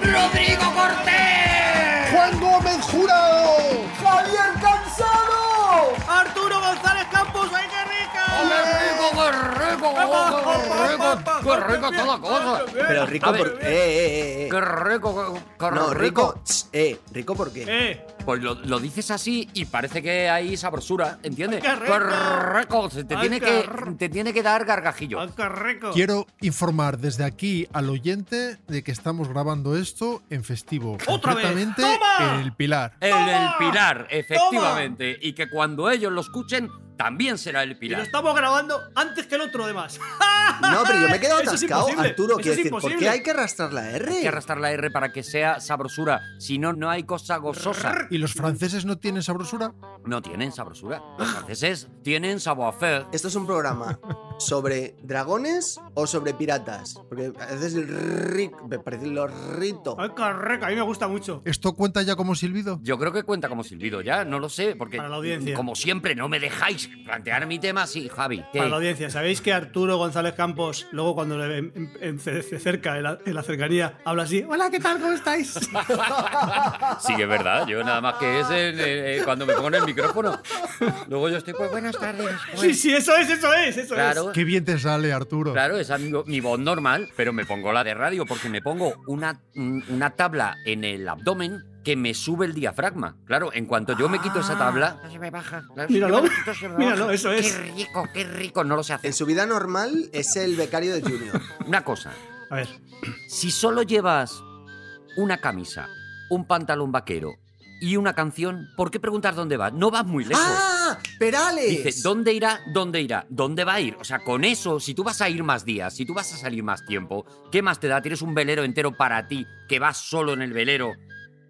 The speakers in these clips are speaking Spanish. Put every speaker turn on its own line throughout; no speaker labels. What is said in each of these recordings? Rodrigo Cortés,
Juan Gómez Jurado. Javier Cansado.
Arturo González Campos, ¡ay, qué
Pero rico por. Eh, eh, eh, eh.
Qué rico, qué- qué
No, rico. tss, Eh, rico por qué.
¡Eh!
Pues lo, lo dices así y parece que hay sabrosura, ¿entiendes?
¡Ay, qué rico!
rico, se Te,
¡Ay,
tiene
qué
que,
r-
te tiene que dar gargajillo.
¡Ay, ah, qué rico!
Quiero informar desde aquí al oyente de que estamos grabando esto en festivo.
¡Otra vez!
concretamente
¡Toma!
en el Pilar.
El, el
¡Toma!
pilar, efectivamente. Y que cuando ellos lo escuchen, también será el
Y lo
pilar.
estamos grabando antes que el otro, además.
No, pero yo me he quedado
Eso es
atascado.
imposible,
Arturo,
eso
quiero
es
decir, ¿por
imposible.
qué hay que arrastrar la R?
Hay que arrastrar la R para que sea sabrosura. Si no, no hay cosa gozosa.
¿Y los franceses no tienen sabrosura?
No tienen sabrosura. Los franceses tienen savoir-faire.
Esto es un programa sobre dragones o sobre piratas. Porque a veces el rico. Me parece lo rito.
¡Ay, Ah, qué rico! A mí me gusta mucho.
¿Esto cuenta ya como silbido?
Yo creo que cuenta como silbido ya, no lo sé, porque
Para la audiencia.
como siempre no me dejáis plantear mi tema así, Javi. ¿qué?
Para la audiencia, ¿sabéis que Arturo González Campos, luego cuando le ven en- en- de cerca, en la, en la cercanía, habla así? Hola, ¿qué tal? ¿Cómo estáis?
Sí que es verdad, yo nada más que es en, eh, eh, cuando me pone el micrófono. Luego yo estoy, pues buenas tardes.
sí,
pues,
sí, eso es, eso es, eso
claro,
Qué bien te sale, Arturo.
Claro, esa es mi, mi voz normal, pero me pongo la de radio porque me pongo una, un- una tabla en el abdomen que me sube el diafragma. Claro, en cuanto yo me quito esa tabla, Ah, se me baja. Claro, si
Míralo,
yo me la quito, se me
míralo,
baja.
eso es.
Qué rico, qué rico, no lo sé hacer.
En su vida normal es el becario de Junior.
Una cosa,
es. A ver,
si solo llevas una camisa, un pantalón vaquero y una canción, ¿por qué preguntas dónde vas? No vas muy lejos.
¡Ah! ¡Perales!
Dice, ¿dónde irá? ¿Dónde irá? ¿Dónde va a ir? O sea, con eso, si tú vas a ir más días, si tú vas a salir más tiempo, ¿qué más te da? Tienes un velero entero para ti, que vas solo en el velero.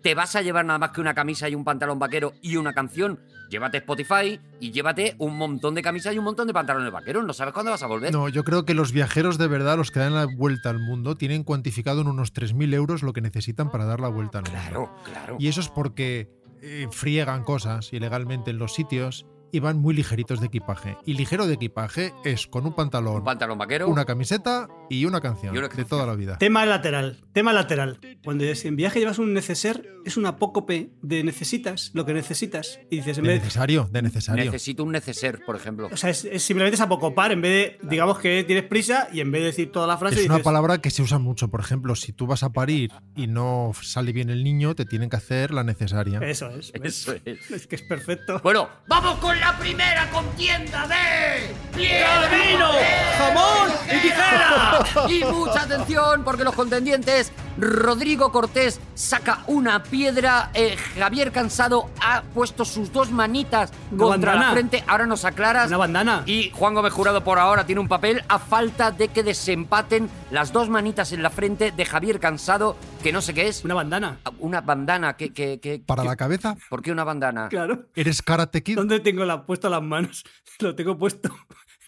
¿Te vas a llevar nada más que una camisa y un pantalón vaquero y una canción? Llévate Spotify y llévate un montón de camisas y un montón de pantalones vaqueros. No sabes cuándo vas a volver.
No, yo creo que los viajeros de verdad, los que dan la vuelta al mundo, tienen cuantificado en unos 3.000 euros lo que necesitan para dar la vuelta al mundo.
Claro, claro.
Y eso es porque eh, friegan cosas ilegalmente en los sitios y van muy ligeritos de equipaje. Y ligero de equipaje es con un
Un
pantalón,
pantalón vaquero.
una camiseta y una canción
Y una
de toda la vida.
tema lateral, tema lateral. Cuando es- en viaje llevas un neceser, es un apócope de necesitas, lo que necesitas. Y dices, en
De
vez de
necesario, de necesario.
Necesito un neceser, por ejemplo.
O sea, es, es simplemente es apocopar en vez de, digamos que tienes prisa y en vez de decir toda la frase
Es una
dices,
palabra que se usa mucho. Por ejemplo, si tú vas a parir y no sale bien el niño, te tienen que hacer la necesaria.
Eso es. ¿ves?
Eso es.
Es que es perfecto.
Bueno,
Vamos con la primera contienda de piedra,
¡Vino! ¡Jamón! ¡Y tijera!
Y mucha atención porque los contendientes Rodrigo Cortés saca una piedra, eh, Javier Cansado ha puesto sus dos manitas
Una
contra la
bandana.
frente, ahora nos aclaras.
Una bandana.
Y Juan Gómez Jurado por ahora tiene un papel a falta de que desempaten las dos manitas en la frente de Javier Cansado, que no sé qué es.
Una bandana.
Una bandana, que, que, que-
Para
que-
la cabeza,
¿Por qué una bandana?
Claro.
eres karate kid.
¿Dónde tengo la, puesto las manos? Lo tengo puesto.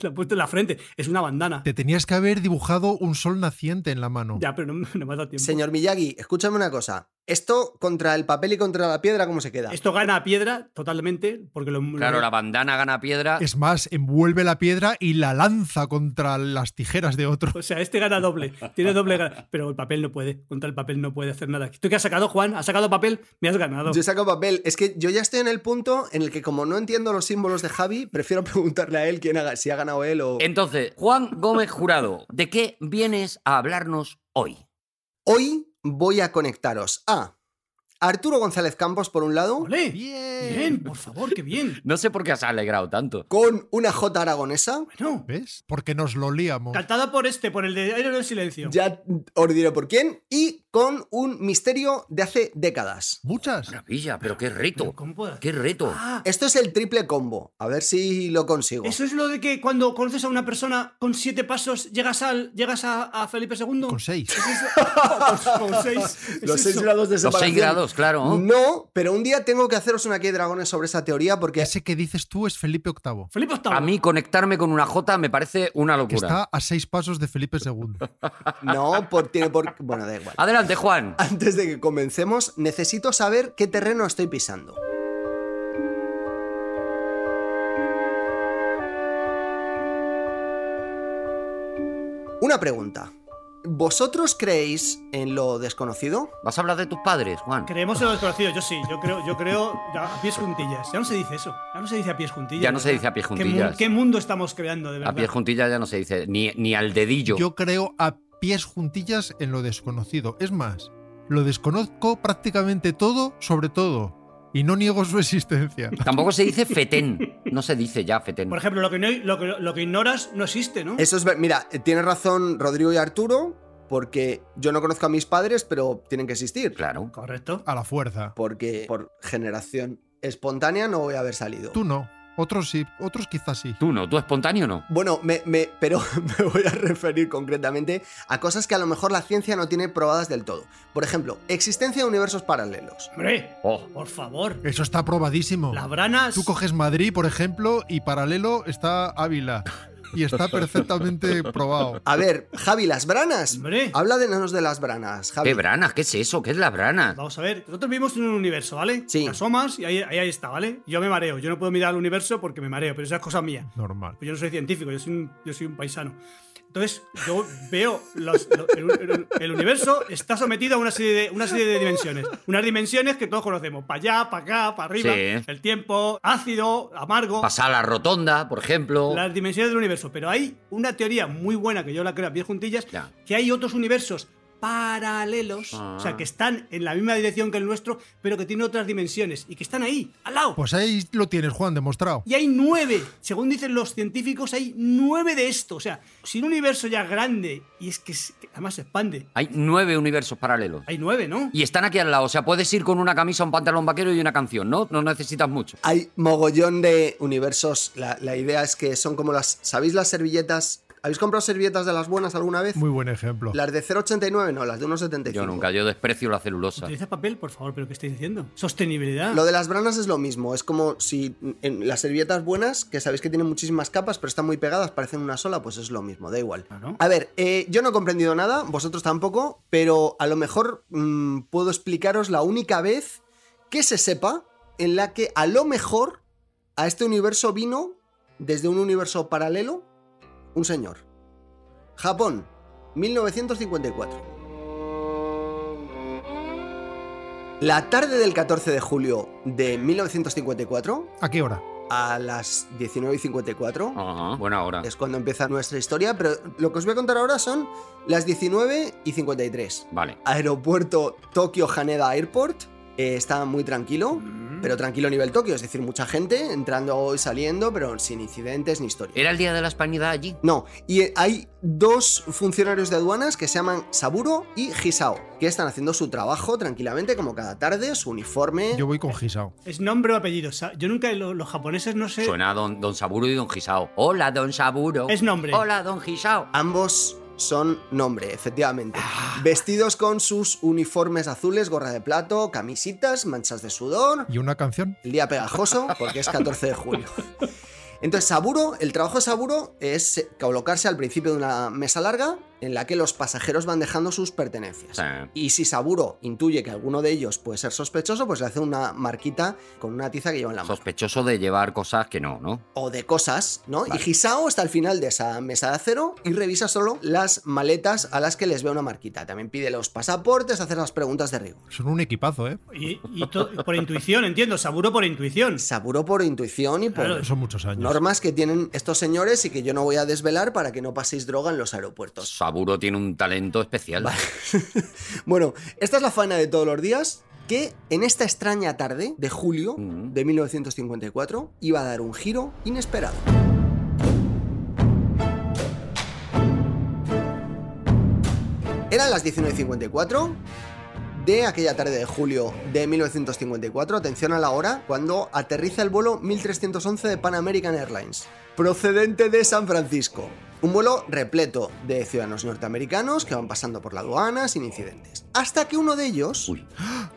Lo he puesto en la frente. Es una bandana.
Te tenías que haber dibujado un sol naciente en la mano.
Ya, pero no, me- no me ha dado tiempo.
Señor Miyagi, escúchame una cosa. Esto contra el papel y contra la piedra, ¿cómo se queda?
Esto gana a piedra totalmente porque lo.
Claro,
lo-
la bandana gana piedra.
Es más, envuelve la piedra y la lanza contra las tijeras de otro.
O sea, este gana doble. Tiene doble gana. Pero el papel no puede. Contra el papel no puede hacer nada. ¿Tú qué has sacado, Juan? ¿Has sacado papel? Me has ganado.
Yo saco papel. Es que yo ya estoy en el punto en el que, como no entiendo los símbolos de Javi, prefiero preguntarle a él quién ha, si ha ganado él o.
Entonces, Juan Gómez Jurado, ¿de qué vienes a hablarnos hoy?
Hoy voy a conectaros a Arturo González Campos, por un lado,
¡Ole!
Bien.
Bien, por favor, qué bien.
No sé por qué has alegrado tanto.
con una J aragonesa.
No.
¿Ves? Porque nos lo líamos.
Cantada por este, por el de Aero del Silencio.
Ya os diré por quién. Y con un misterio de hace décadas.
Muchas.
Maravilla, pero qué reto.
¿Cómo puedo?
Qué reto.
Ah,
Esto es el triple combo. A ver si lo consigo.
eso es lo de que cuando conoces a una persona con siete pasos llegas al llegas a, a Felipe II.
Con seis.
¿Es eso? O con- con seis. ¿Es
Los
eso?
6 grados de
Los
separación.
seis grados, claro. ¿no?
No, pero un día tengo que haceros una aquí de dragones sobre esa teoría porque
Ese que dices tú es Felipe VIII,
Felipe VIII.
A mí conectarme con una J me parece una
que
locura.
está a seis pasos de Felipe II.
no, por, tiene por... Bueno, da igual.
Adelante, Juan.
Ah.
Antes de que comencemos, necesito saber qué terreno estoy pisando. Una pregunta. ¿Vosotros creéis en lo desconocido?
¿Vas a hablar de tus padres, Juan?
Creemos en lo desconocido, yo sí, yo creo, yo creo a pies juntillas. Ya no se dice eso, ya no se dice a pies juntillas.
Ya no se
¿verdad?
dice a pies
¿Qué mu-
juntillas.
¿Qué, mundo estamos creando, de
A
verdad?
pies juntillas ya no se dice, ni, ni al dedillo.
Yo creo a pies juntillas en lo desconocido. Es más, lo desconozco prácticamente todo sobre todo. Y no niego su existencia.
Tampoco se dice fetén. No se dice ya fetén.
Por ejemplo, lo que, no, lo, que, lo que ignoras no existe, ¿no?
Eso es ver- Mira, eh, tiene razón Rodrigo y Arturo, porque yo no conozco a mis padres, pero tienen que existir.
Claro.
Correcto.
A la fuerza.
Porque por generación espontánea no voy a haber salido.
Tú no. Otros sí. Otros quizás sí.
Tú no, tú espontáneo no.
Bueno, me, me- pero me voy a referir concretamente a cosas que a lo mejor la ciencia no tiene probadas del todo. Por ejemplo, existencia de universos paralelos.
Hombre,
Oh.
por favor,
Eso está probadísimo.
las branas.
Tú coges Madrid, por ejemplo, y paralelo está Ávila. Y está perfectamente probado.
A ver, Javi, las branas.
Hombre.
Habla de de las branas, Javi.
¿Qué branas? ¿Qué es eso? ¿Qué es la brana?
Vamos a ver, nosotros vivimos en un universo, ¿vale?
Sí.
Te asomas y ahí, ahí, ahí está, ¿vale? Yo me mareo, yo no puedo mirar al universo porque me mareo, pero esa es cosa mía.
Normal.
Pues yo no soy científico, yo soy un, yo soy un paisano. Entonces, yo veo los- lo- el, el- el universo está sometido a una serie, de, una serie de dimensiones. Unas dimensiones que todos conocemos. Para allá, para acá, para arriba.
Sí.
El tiempo, ácido, amargo.
Pasar la rotonda, por ejemplo.
Las dimensiones del universo. Pero hay una teoría muy buena que yo la creo a diez juntillas,
Ya.
que hay otros universos paralelos,
Ah.
o sea, que están en la misma dirección que el nuestro, pero que tienen otras dimensiones y que están ahí, al lado.
Pues ahí lo tienes, Juan, demostrado.
Y hay nueve. Según dicen los científicos, hay nueve de esto. O sea, si un universo ya grande, y es que, es- que además se expande,
Hay nueve universos paralelos.
hay nueve, ¿no?
Y están aquí al lado. O sea, puedes ir con una camisa, un pantalón vaquero y una canción, ¿no? No necesitas mucho.
Hay mogollón de universos. La, la idea es que son como las. ¿Sabéis las servilletas? ¿Habéis comprado servilletas de las buenas alguna vez?
Muy buen ejemplo.
Las de 0,89, no, las de 1,75.
Yo nunca, yo desprecio la celulosa.
¿Utilizas papel? Por favor, ¿pero qué estáis diciendo? Sostenibilidad.
Lo de las branas es lo mismo, es como si en las servilletas buenas, que sabéis que tienen muchísimas capas, pero están muy pegadas, parecen una sola, pues es lo mismo, da igual.
Claro.
A ver, eh, yo no he comprendido nada, vosotros tampoco, pero a lo mejor mm, puedo explicaros la única vez que se sepa en la que a lo mejor a este universo vino desde un universo paralelo un señor. Japón, 1954. La tarde del 14 de julio de 1954,
¿A qué hora?
a las 19 y 54,
Ajá, buena hora.
es cuando empieza nuestra historia, pero lo que os voy a contar ahora son las 19 y 53.
Vale.
Aeropuerto Tokio Haneda Airport, eh, está muy tranquilo, pero tranquilo a nivel Tokio, es decir, mucha gente entrando y saliendo, pero sin incidentes ni historia.
¿Era el día de la hispanidad allí?
No, y eh, hay dos funcionarios de aduanas que se llaman Saburo y Hisao, que están haciendo su trabajo tranquilamente, como cada tarde, su uniforme.
Yo voy con Gisao.
Es nombre o apellido. o sea, Yo nunca, lo- los japoneses no sé.
Suena a don, don Saburo y Don Gisao. Hola, Don Saburo.
Es nombre.
Hola, Don Gisao.
Ambos son nombre, efectivamente. Vestidos con sus uniformes azules, gorra de plato, camisitas, manchas de sudor,
¿Y una canción?
el día pegajoso, porque es 14 de julio. Entonces, Saburo, el trabajo de Saburo es eh, colocarse al principio de una mesa larga en la que los pasajeros van dejando sus pertenencias.
Sí.
Y si Saburo intuye que alguno de ellos puede ser sospechoso, pues le hace una marquita con una tiza que lleva en la mano.
Sospechoso de llevar cosas que no, ¿no?
O de cosas, ¿no? Y Hisao está al final de esa mesa de acero y revisa solo las maletas a las que les ve una marquita. También pide los pasaportes, hace las preguntas de rigor.
Son un equipazo, ¿eh?
Y, y to- por intuición, entiendo. Saburo por intuición.
Saburo por intuición y por
Claro,
Son muchos años.
normas que tienen estos señores y que yo no voy a desvelar para que no paséis droga en los aeropuertos.
Saburo tiene un talento especial.
Bueno, esta es la faena de todos los días que en esta extraña tarde de julio
Mm.
de 1954 iba a dar un giro inesperado. Era Eran las 19.54 de aquella tarde de julio de 1954, atención a la hora, cuando aterriza el vuelo 1311 de Pan American Airlines, procedente de San Francisco. Un vuelo repleto de ciudadanos norteamericanos que van pasando por la aduana sin incidentes. Hasta que uno de ellos
Uy.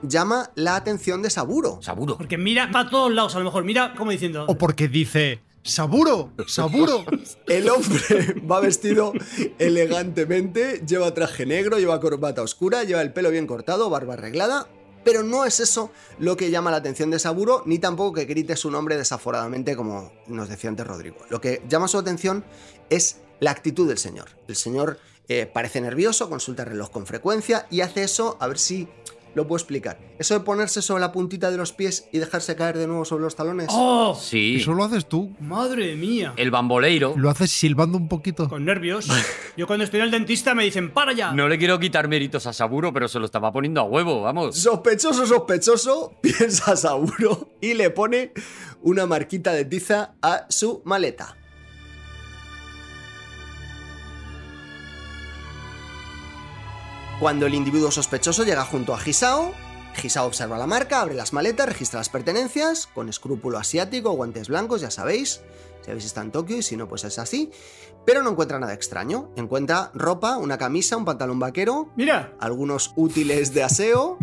llama la atención de Saburo.
Saburo.
Porque mira, va a todos lados, a lo mejor. Mira, como diciendo.
O porque dice, Saburo, Saburo.
El hombre va vestido elegantemente, lleva traje negro, lleva corbata oscura, lleva el pelo bien cortado, barba arreglada, pero no es eso lo que llama la atención de Saburo, ni tampoco que grite su nombre desaforadamente como nos decía antes Rodrigo. Lo que llama su atención es la actitud del señor. El señor eh, parece nervioso, consulta el reloj con frecuencia y hace eso, a ver si lo puedo explicar. Eso de ponerse sobre la puntita de los pies y dejarse caer de nuevo sobre los talones.
¡Oh!
Sí.
Eso lo haces tú.
¡Madre mía!
El bamboleiro.
Lo haces silbando un poquito.
Con nervios. Yo cuando estoy en el dentista me dicen, ¡para ya!
No le quiero quitar méritos a Saburo, pero se lo estaba poniendo a huevo, vamos.
Sospechoso, sospechoso, piensa Saburo y le pone una marquita de tiza a su maleta. Cuando el individuo sospechoso llega junto a Gisao, Gisao observa la marca, abre las maletas, registra las pertenencias, con escrúpulo asiático, guantes blancos, ya sabéis, si habéis estado en Tokio y si no, pues es así. Pero no encuentra nada extraño. Encuentra ropa, una camisa, un pantalón vaquero,
Mira,
algunos útiles de aseo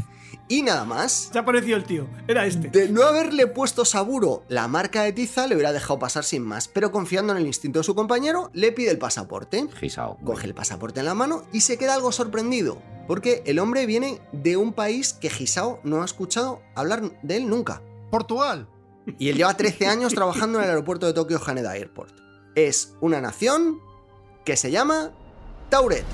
y nada más.
se ha parecido el tío. Era este.
De no haberle puesto Saburo la marca de tiza, le hubiera dejado pasar sin más, pero confiando en el instinto de su compañero, le pide el pasaporte.
Gisao.
Coge el pasaporte en la mano y se queda algo sorprendido, porque el hombre viene de un país que Gisao no ha escuchado hablar de él nunca.
Portugal.
Y él lleva 13 años trabajando en el aeropuerto de Tokio Haneda Airport. Es una nación que se llama Tauret.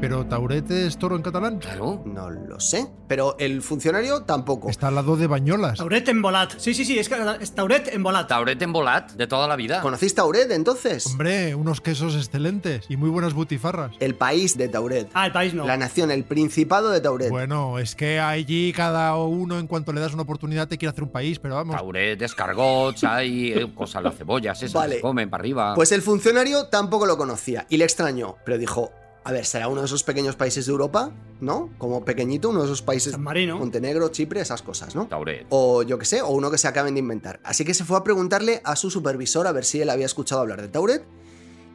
Pero Taurete es toro en catalán.
Claro.
No lo sé, pero el funcionario tampoco.
Está al lado de Bañolas.
Tauret en volat. Sí, sí, sí, es, que es Tauret en volat.
Tauret en volat de toda la vida.
¿Conocéis Tauret entonces?
Hombre, unos quesos excelentes y muy buenas butifarras.
El país de Tauret.
Ah, el país no.
La nación, el principado de Tauret.
Bueno, es que allí cada uno en cuanto le das una oportunidad te quiere hacer un país, pero vamos.
Tauret, escargots, hay eh, cosas, las cebollas, esas
Vale.
que comen para arriba.
Pues el funcionario tampoco lo conocía y le extrañó, pero dijo, a ver, será uno de esos pequeños países de Europa, ¿no? Como pequeñito, uno de esos países...
San Marino.
Montenegro, Chipre, esas cosas, ¿no?
Tauret.
O yo que sé, o uno que se acaben de inventar. Así que se fue a preguntarle a su supervisor a ver si él había escuchado hablar de Tauret.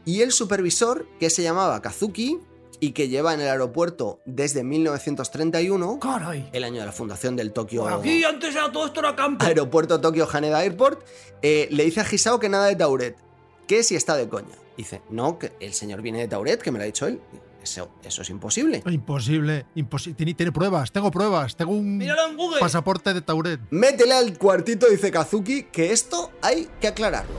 Y el supervisor, que se llamaba Kazuki y que lleva en el aeropuerto desde 1931,
Caray.
el año de la fundación del Tokio...
Por aquí antes era todo esto era campo.
aeropuerto Tokio Haneda Airport, eh, le dice a Gisao que nada de Tauret, que si está de coña. Dice, no, que el señor viene de Tauret, que me lo ha dicho él. Eso, eso es imposible.
Imposible, imposible. Tiene, tiene pruebas, tengo pruebas, tengo un
Míralo en Google.
pasaporte de Tauret.
Métele al cuartito, dice Kazuki, que esto hay que aclararlo.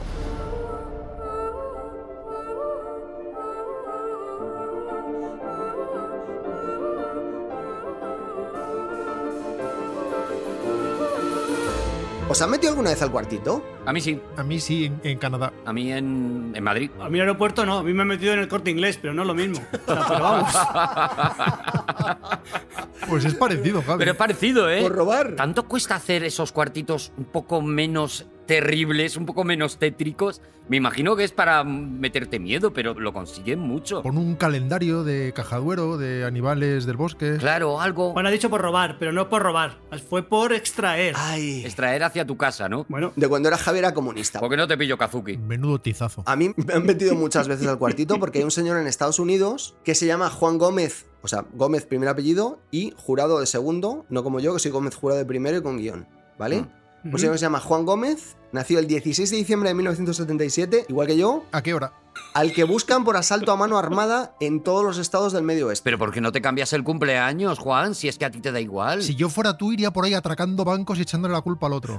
¿Os han metido alguna vez al cuartito?
A mí sí,
A mí sí, en, en Canadá.
a mí en, en Madrid.
A mí el aeropuerto no, a mí me han metido en el corte inglés, pero no es lo mismo. O sea, pero vamos.
Pues es parecido, Javi.
Pero es parecido, ¿eh?
¿Por robar?
¿Tanto cuesta hacer esos cuartitos un poco menos terribles, un poco menos tétricos? Me imagino que es para meterte miedo, pero lo consiguen mucho.
Con un calendario de cajaduero, de animales del bosque.
Claro, algo.
Juan ha dicho por robar, pero no por robar. Fue por extraer.
Ay.
Extraer hacia tu casa, ¿no?
Bueno,
de cuando era Javier era comunista.
Porque no te pillo Kazuki.
Menudo tizazo.
A mí me han metido muchas veces al cuartito porque hay un señor en Estados Unidos que se llama Juan Gómez, o sea, Gómez primer apellido y jurado de segundo, no como yo que soy Gómez jurado de primero y con guión, ¿vale? Un
mm,
señor que Pues se llama Juan Gómez, nació el 16 de diciembre de 1977, igual que yo,
¿A qué hora?
al que buscan por asalto a mano armada en todos los estados del medio oeste.
Pero ¿por qué no te cambias el cumpleaños, Juan? Si es que a ti te da igual.
Si yo fuera tú, iría por ahí atracando bancos y echándole la culpa al otro.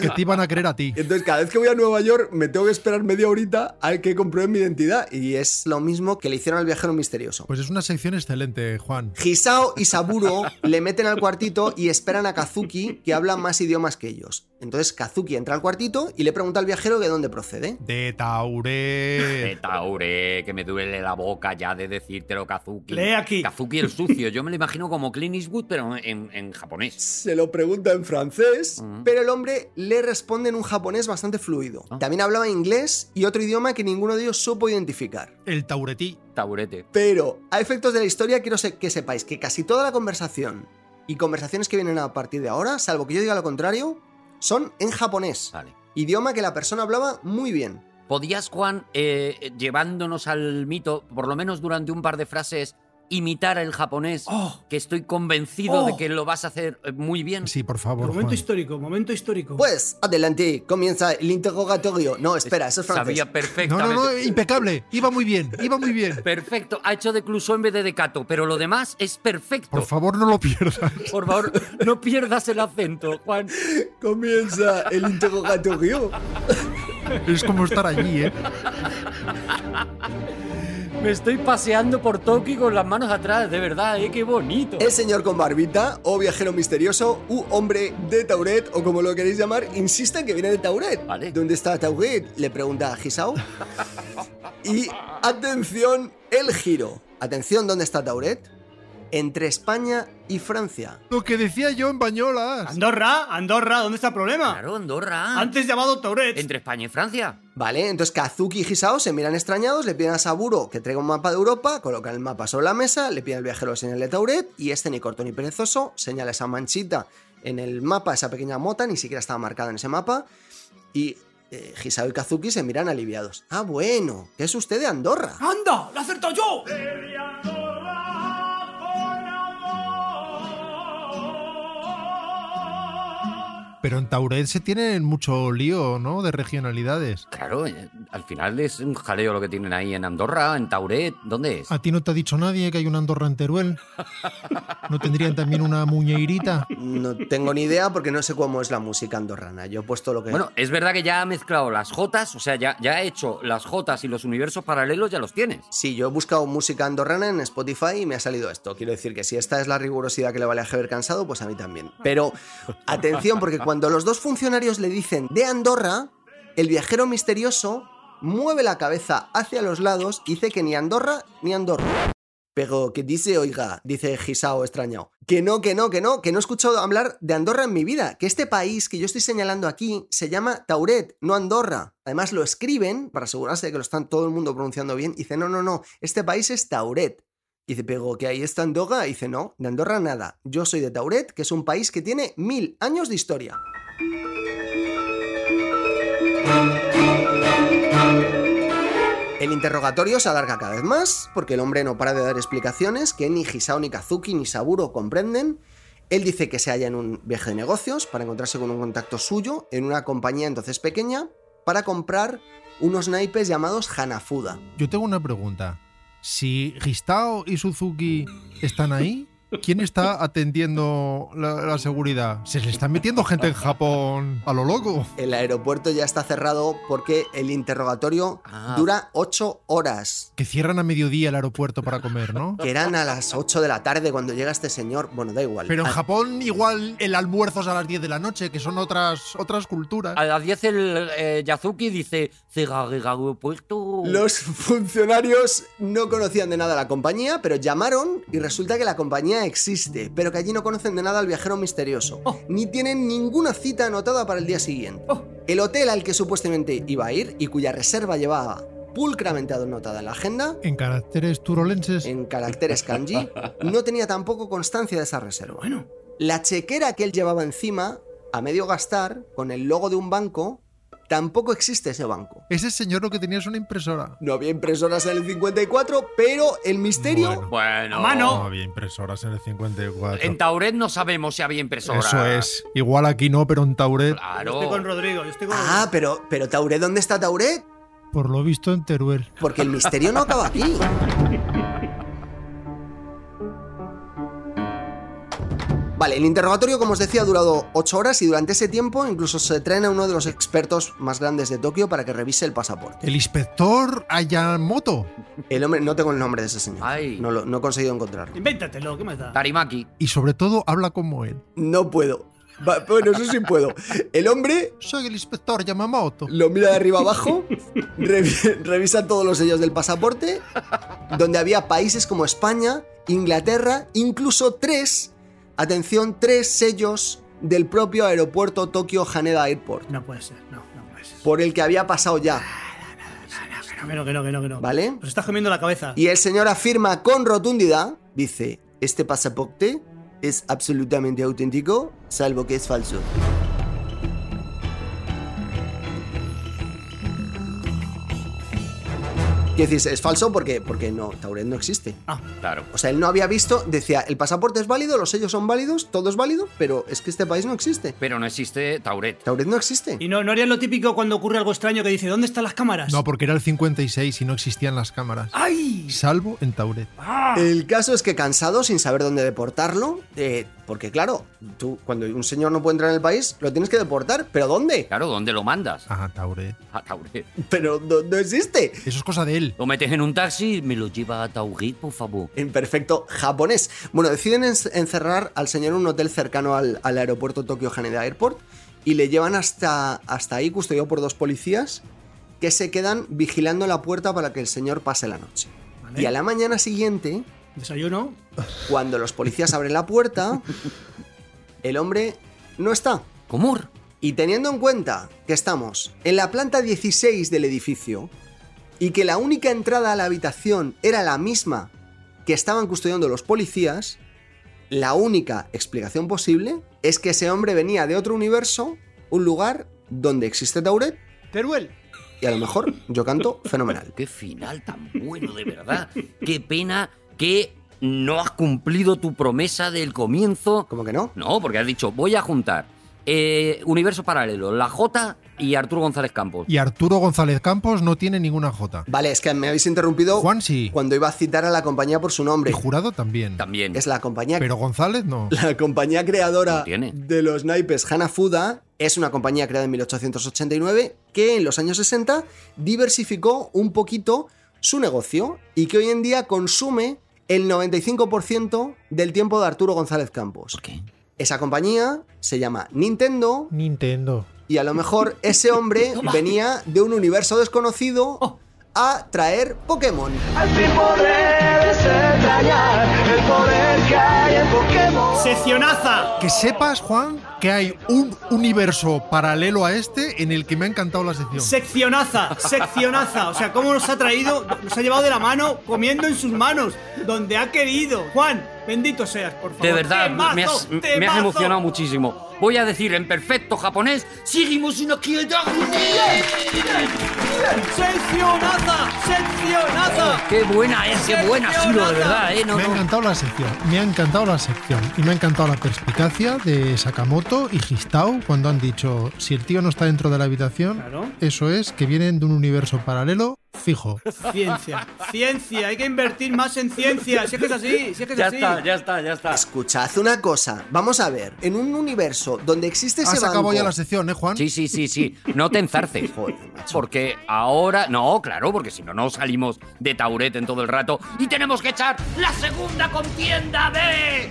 que te iban a creer a ti.
Entonces, cada vez que voy a Nueva York, me tengo que esperar media horita al que comprueben mi identidad. Y es lo mismo que le hicieron al viajero misterioso.
Pues es una sección excelente, Juan.
Gisao y Saburo le meten al cuartito y esperan a Kazuki, que habla más idiomas que ellos. Entonces Kazuki entra al cuartito y le pregunta al viajero de dónde procede.
De Tauret. que.
Taure, que me duele la boca ya de decírtelo, Kazuki.
Lee aquí.
Kazuki el sucio. Yo me lo imagino como Clint Eastwood, pero en, en japonés.
Se lo pregunta en francés,
Ujú.
pero el hombre le responde en un japonés bastante fluido.
Ah.
También hablaba inglés y otro idioma que ninguno de ellos supo identificar.
El tauretí.
Taurete.
Pero, a efectos de la historia, quiero se- que sepáis que casi toda la conversación y conversaciones que vienen a partir de ahora, salvo que yo diga lo contrario, son en japonés.
Vale.
Idioma que la persona hablaba muy bien.
¿Podías, Juan, eh, eh, llevándonos al mito, por lo menos durante un par de frases, imitar el japonés?
Oh.
Que estoy convencido
Oh.
de que lo vas a hacer eh, muy bien.
Sí, por favor.
Momento
Juan.
histórico, momento histórico.
Pues, adelante, comienza el interrogatorio. No, espera, eso es francés.
Sabía
No,
perfectamente.
no, no, impecable. Iba muy bien, iba muy bien.
Perfecto. Ha hecho de Clouseau en vez de de Cato, pero lo demás es perfecto.
Por favor, no lo pierdas.
Por favor, no pierdas el acento, Juan.
Comienza el interrogatorio.
Es como estar allí, ¿eh?
Me estoy paseando por Tokio con las manos atrás, de verdad, ¿eh? Qué bonito.
El señor con barbita, o viajero misterioso, u hombre de Tauret, o como lo queréis llamar, insiste en que viene de Tauret.
Vale.
¿Dónde está Tauret? Le pregunta a Gisao. y atención, el giro. Atención, ¿dónde está Tauret? Entre España y Francia.
Lo que decía yo en Bañolas.
Andorra, Andorra, ¿dónde está el problema?
Claro, Andorra.
Antes llamado Tauret.
Entre España y Francia.
Vale, entonces Kazuki y Hisao se miran extrañados, le piden a Saburo que traiga un mapa de Europa, colocan el mapa sobre la mesa, le piden al viajero el señal de Tauret y este ni corto ni perezoso señala esa manchita en el mapa, esa pequeña mota, ni siquiera estaba marcada en ese mapa y eh, Hisao y Kazuki se miran aliviados. Ah, bueno, ¿qué es usted de Andorra?
¡Anda! ¡Lo he acertado yo!
Pero en Tauret se tienen mucho lío, ¿no? De regionalidades.
Claro, eh, al final es un jaleo lo que tienen ahí en Andorra, en Tauret. ¿Dónde es?
¿A ti no te ha dicho nadie que hay una Andorra en Teruel? ¿No tendrían también una muñeirita?
No tengo ni idea porque no sé cómo es la música andorrana. Yo he puesto lo que...
Bueno, es verdad que ya ha mezclado las Jotas, o sea, ya, ya ha hecho las Jotas y los universos paralelos, ya los tienes.
Sí, yo he buscado música andorrana en Spotify y me ha salido esto. Quiero decir que si esta es la rigurosidad que le vale a Heber Cansado, pues a mí también. Pero atención, porque cuando los dos funcionarios le dicen de Andorra, el viajero misterioso mueve la cabeza hacia los lados y dice que ni Andorra ni Andorra. Pero que dice, oiga, dice Gisao extrañado, que no, que no, que no, que no he escuchado hablar de Andorra en mi vida, que este país que yo estoy señalando aquí se llama Tauret, no Andorra. Además lo escriben para asegurarse de que lo están todo el mundo pronunciando bien. y Dice, no, no, no, este país es Tauret. Y dice, pero que ahí está Andorra. Y dice, no, de Andorra nada. Yo soy de Tauret, que es un país que tiene mil años de historia. El interrogatorio se alarga cada vez más, porque el hombre no para de dar explicaciones que ni Hisao, ni Kazuki, ni Saburo comprenden. Él dice que se halla en un viaje de negocios para encontrarse con un contacto suyo en una compañía entonces pequeña para comprar unos naipes llamados Hanafuda.
Yo tengo una pregunta. Si Gistao y Suzuki están ahí, ¿quién está atendiendo la, la seguridad? Se le está metiendo gente en Japón a lo loco.
El aeropuerto ya está cerrado porque el interrogatorio
Ah.
dura 8 horas.
Que cierran a mediodía el aeropuerto para comer, ¿no?
Que eran a las 8 de la tarde cuando llega este señor. Bueno, da igual.
Pero en
Ah,
Japón igual el almuerzo es a las 10 de la noche, que son otras, otras culturas.
A las 10 el eh, Yazuki dice, Cegagegago puesto.
Los funcionarios no conocían de nada la compañía, pero llamaron y resulta que la compañía existe, pero que allí no conocen de nada al viajero misterioso, ni tienen ninguna cita anotada para el día siguiente. El hotel al que supuestamente iba a ir y cuya reserva llevaba pulcramente anotada en la agenda,
En caracteres turolenses.
en caracteres kanji, no tenía tampoco constancia de esa reserva.
Bueno,
La chequera que él llevaba encima, a medio gastar, con el logo de un banco, tampoco existe ese banco.
Ese señor lo que tenía es una impresora.
No había impresoras en el 54, pero el misterio
Bueno.
Bueno,
A mano. No.
había impresoras en el 54.
en Tauret no sabemos si había impresora.
Eso es. Igual aquí no, pero en Tauret.
yo estoy con
Claro.
Rodrigo, yo estoy con
Ah, pero, pero Tauret, ¿dónde está Tauret?
Por lo visto en Teruel.
Porque el misterio no acaba aquí. Vale, el interrogatorio, como os decía, ha durado 8 horas y durante ese tiempo incluso se traen a uno de los expertos más grandes de Tokio para que revise el pasaporte.
El inspector Ayamoto.
El hombre, no tengo el nombre de ese señor.
Ay.
No, lo- no he conseguido encontrarlo.
Invéntatelo, ¿qué más da?
Tarimaki.
Y sobre todo habla como él.
No puedo. Va- bueno, eso sí puedo. El hombre
Soy el inspector Yamamoto.
lo mira de arriba abajo, revi- revisa todos los sellos del pasaporte, donde había países como España, Inglaterra, incluso tres, atención, tres sellos del propio aeropuerto Tokio Haneda Airport,
No puede ser, no, no puede ser.
por el que había pasado ya,
Que no, que no, que no, que no.
¿vale?
Nos estás comiendo la cabeza.
Y el señor afirma con rotundidad, dice, este pasaporte es absolutamente auténtico, salvo que es falso. ¿Qué decís? Es falso porque, porque no, Tauret no existe.
Claro.
O sea, él no había visto, decía, el pasaporte es válido, los sellos son válidos, todo es válido, pero es que este país no existe.
Pero no existe Tauret.
Tauret no existe.
Y no, no harían lo típico cuando ocurre algo extraño que dice, ¿dónde están las cámaras?
No, pues- porque era el 56 y no existían las cámaras.
¡Ay!
Salvo en Tauret.
El caso es que cansado, sin saber dónde deportarlo, eh, porque claro, tú cuando un señor no puede entrar en el país, lo tienes que deportar, pero ¿dónde?
Claro, ¿dónde lo mandas?
Ah, Tauret.
A Tauret.
Pero no, no existe.
Eso es cosa de él.
Lo metes en un taxi y me lo lleva a Tauret, por favor.
En perfecto japonés. Bueno, deciden en- encerrar al señor en un hotel cercano al, al aeropuerto Tokio Haneda Airport y le llevan hasta, hasta ahí, custodiado por dos policías, que se quedan vigilando la puerta para que el señor pase la noche.
Vale.
Y a la mañana siguiente,
Desayuno.
cuando los policías abren la puerta, el hombre no está.
¿Cómo?
Y teniendo en cuenta que estamos en la planta 16 del edificio y que la única entrada a la habitación era la misma que estaban custodiando los policías, la única explicación posible es que ese hombre venía de otro universo, un lugar donde existe Tauret,
Teruel.
y a lo mejor yo canto fenomenal.
Qué final tan bueno, de verdad. Qué pena que no has cumplido tu promesa del comienzo.
¿Cómo que no?
No, porque has dicho, voy a juntar eh, Universo Paralelo, la J y Arturo González Campos.
Y Arturo González Campos no tiene ninguna J.
Vale, es que me habéis interrumpido
Juan sí.
cuando iba a citar a la compañía por su
Y
nombre.
jurado también.
También.
Es la compañía
Pero González no.
La compañía creadora
No tiene.
de los naipes Hanafuda es una compañía creada en 1889 que en los años 60 diversificó un poquito su negocio y que hoy en día consume el 95% del tiempo de Arturo González Campos.
¿Por qué?
Esa compañía se llama Nintendo
Nintendo.
y a lo mejor ese hombre venía de un universo
Oh.
desconocido a traer Pokémon.
¡Seccionaza!
Que sepas, Juan, que hay un universo paralelo a este en el que me ha encantado la sección.
Seccionaza, seccionaza. O sea, cómo nos ha traído, nos ha llevado de la mano, comiendo en sus manos, donde ha querido. Juan, bendito seas, por favor.
De verdad,
Temazo,
me has, me has
temazo.
emocionado muchísimo. Voy a decir en perfecto japonés, seguimos una quieta
¡Seccionaza! ¡Seccionaza!
Qué buena es, qué buena ha sido, de verdad, ¿eh? No,
Me ha
no.
encantado la sección, me ha encantado la sección y me ha encantado la perspicacia de Sakamoto y Gistao cuando han dicho, si el tío no está dentro de la habitación,
Claro.
eso es que vienen de un universo paralelo fijo.
Ciencia, ciencia, hay que invertir más en ciencia. Si es que es así, si es que es
Ya
así.
está, ya está, ya está.
Escuchad una cosa, vamos a ver, en un universo donde existe
Has
ese
acabado
banco,
Ah, ya la sección, ¿eh, Juan?
Sí, sí, sí, sí. No te enzarces.
Joder, macho.
Porque ahora. No, claro, porque si no, no salimos de Tauret en todo el rato. Y tenemos que echar
La segunda contienda de...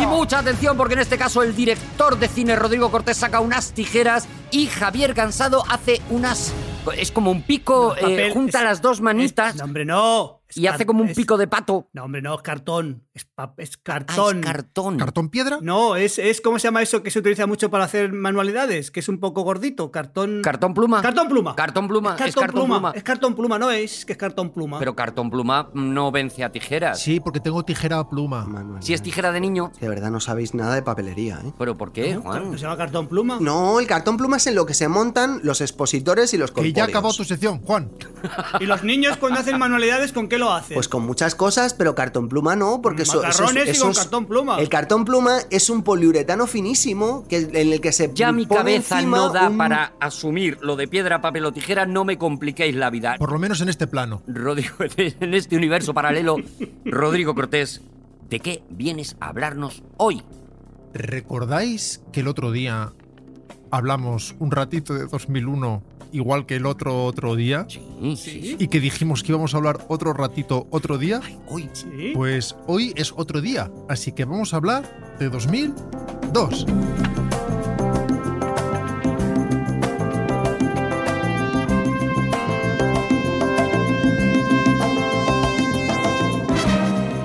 Y mucha atención porque en este caso el director de cine Rodrigo Cortés saca unas tijeras y Javier Cansado hace unas... Es como un pico,
No, papel,
eh, junta
es-
las dos manitas
Es- no, hombre, no. Es
y hace
car-
como un
es-
pico de pato.
No, hombre, no, es cartón. Es, pa- es
Ah,
cartón.
es cartón.
¿Cartón piedra?
No, es, es ¿cómo se llama eso que se utiliza mucho para hacer manualidades? Que es un poco gordito, cartón.
¿Cartón pluma?
Cartón pluma.
Cartón pluma,
Es cartón, pluma. Es cartón pluma, no es que es cartón pluma.
Pero cartón pluma no vence a tijeras.
Sí, porque tengo tijera a pluma.
Manuel,
Si este es tijera de niño...
De verdad no sabéis nada de papelería, ¿eh?
¿Pero por qué, Juan?
¿No se llama cartón pluma?
No, el cartón pluma es en lo que se montan los expositores y los
Que
corpóreos.
ya acabó tu sección, Juan.
¿Y los niños cuando hacen manualidades con qué lo hacen?
Pues con muchas cosas, pero cartón pluma no, porque eso, eso
Macarrones y
eso
con cartón pluma.
El cartón pluma es un poliuretano finísimo que en el que se
Ya mi
pone
cabeza
encima
no da
un-
para asumir lo de piedra, papel o tijera, no me compliquéis la vida.
Por lo menos en este plano.
Rodrigo, en este universo paralelo, Rodrigo Cortés, ¿de qué vienes a hablarnos hoy?
¿Recordáis que el otro día hablamos un ratito de 2001 igual que el otro otro día,
Sí,
Sí.
y que dijimos que íbamos a hablar otro ratito otro día,
Uy,
Sí.
pues hoy es otro día, así que vamos a hablar de 2002.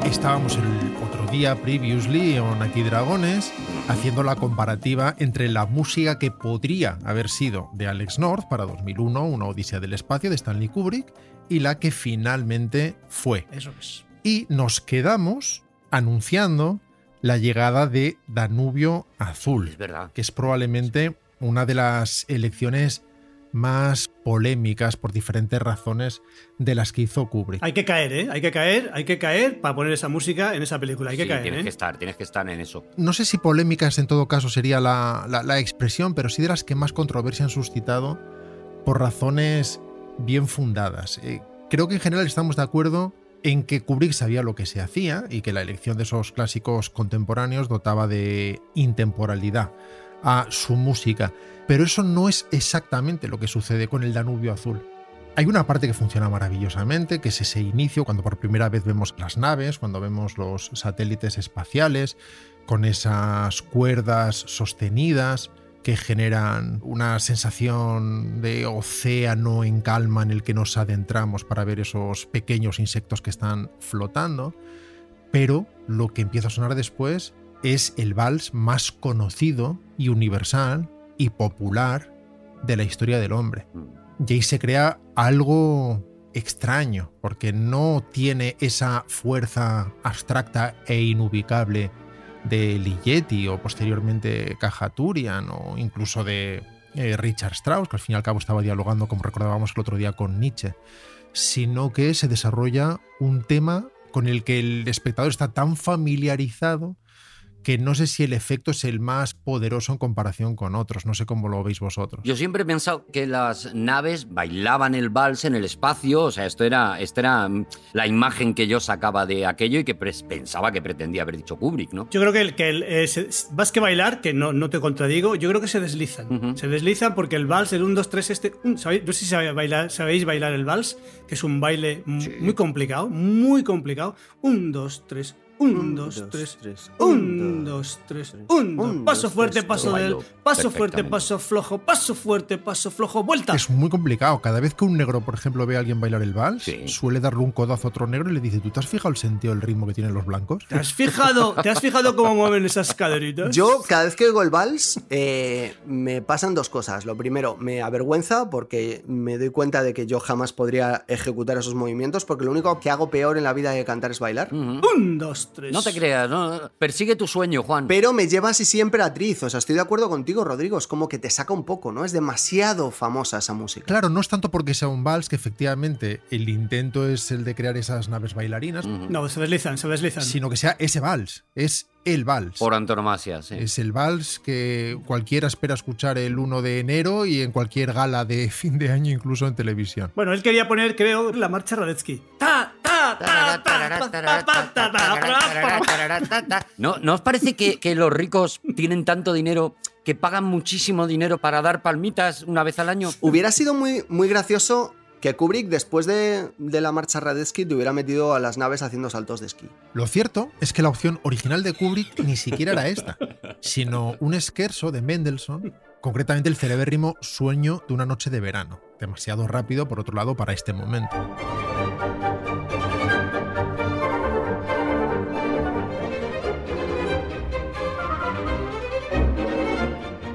Estábamos el otro día, previously, en Aquí Dragones, haciendo la comparativa entre la música que podría haber sido de Alex North para 2001, Una Odisea del Espacio de Stanley Kubrick, y la que finalmente fue
Eso es.
y nos quedamos anunciando la llegada de Danubio
es
Azul,
verdad.
que es probablemente una de las elecciones más polémicas por diferentes razones de las que hizo Kubrick.
Hay que caer, ¿eh? Hay que caer, hay que caer para poner esa música en esa película. Hay que
Sí,
caer,
tienes
¿eh?
que estar, tienes que estar en eso.
No sé si polémicas en todo caso sería la, la- la expresión, pero sí de las que más controversia han suscitado por razones bien fundadas. Eh, creo que en general estamos de acuerdo en que Kubrick sabía lo que se hacía y que la elección de esos clásicos contemporáneos dotaba de intemporalidad a su música. Pero eso no es exactamente lo que sucede con el Danubio Azul. Hay una parte que funciona maravillosamente, que es ese inicio, cuando por primera vez vemos las naves, cuando vemos los satélites espaciales, con esas cuerdas sostenidas que generan una sensación de océano en calma en el que nos adentramos para ver esos pequeños insectos que están flotando. Pero lo que empieza a sonar después es el vals más conocido y universal y popular de la historia del hombre. Y ahí se crea algo extraño, porque no tiene esa fuerza abstracta e inubicable de Ligeti o posteriormente Cajaturian o incluso de eh, Richard Strauss, que al fin y al cabo estaba dialogando, como recordábamos el otro día, con Nietzsche, sino que se desarrolla un tema con el que el espectador está tan familiarizado que no sé si el efecto es el más poderoso en comparación con otros, no sé cómo lo veis vosotros.
Yo siempre he pensado que las naves bailaban el vals en el espacio, o sea, esto era, esta era mm, la imagen que yo sacaba de aquello y que pres- pensaba que pretendía haber dicho Kubrick, ¿no?
Yo creo que, el, que el, eh, se- más que bailar, que no, no te contradigo, yo creo que se deslizan.
Ujú.
Se deslizan porque el vals, el 1, 2, 3, este. un, ¿sabéis? No sé si sabéis bailar, sabéis bailar el vals, que es un baile m-
Sí.
muy complicado, muy complicado. 1, 2, 3, 1, 2, 3. 1, 2, 3, 1, 2.
Un,
Paso
dos,
fuerte,
tres,
paso
dos.
del.
Bailo
Paso fuerte,
perfectamente.
paso flojo, paso fuerte, paso flojo, vuelta.
Es muy complicado. Cada vez que un negro, por ejemplo, ve a alguien bailar el vals,
Sí.
suele darle un codazo a otro negro y le dice, ¿tú te has fijado el sentido del ritmo que tienen los blancos?
¿Te has fijado, ¿te has fijado cómo mueven esas caderitas?
Yo, cada vez que oigo el vals, eh, me pasan dos cosas. Lo primero, me avergüenza porque me doy cuenta de que yo jamás podría ejecutar esos movimientos, porque lo único que hago peor en la vida de cantar es bailar.
Ujú.
Un, dos, tres.
No te creas, no, no, persigue tu sueño, Juan.
Pero me lleva así siempre a Triz. O sea, estoy de acuerdo contigo, Rodrigo. Es como que te saca un poco, ¿no? Es demasiado famosa esa música.
Claro, no es tanto porque sea un vals, que efectivamente el intento es el de crear esas naves bailarinas,
Ujú.
No, se deslizan, se deslizan.
sino que sea ese vals. Es el vals.
Por antonomasia, sí.
Es el vals que cualquiera espera escuchar el 1 de enero y en cualquier gala de fin de año, incluso en televisión.
Bueno, él quería poner, creo, la marcha Radetzky. Ta, ta, ta, ta, ta, ta, ta, ta, ta.
¿No, ¿No os parece que, que los ricos tienen tanto dinero que pagan muchísimo dinero para dar palmitas una vez al año?
Hubiera sido muy, muy gracioso que Kubrick, después de, de la marcha Radetzky, te hubiera metido a las naves haciendo saltos de esquí.
Lo cierto es que la opción original de Kubrick ni siquiera era esta, sino un esquerzo de Mendelssohn, concretamente el celebérrimo Sueño de una noche de verano, demasiado rápido por otro lado para este momento.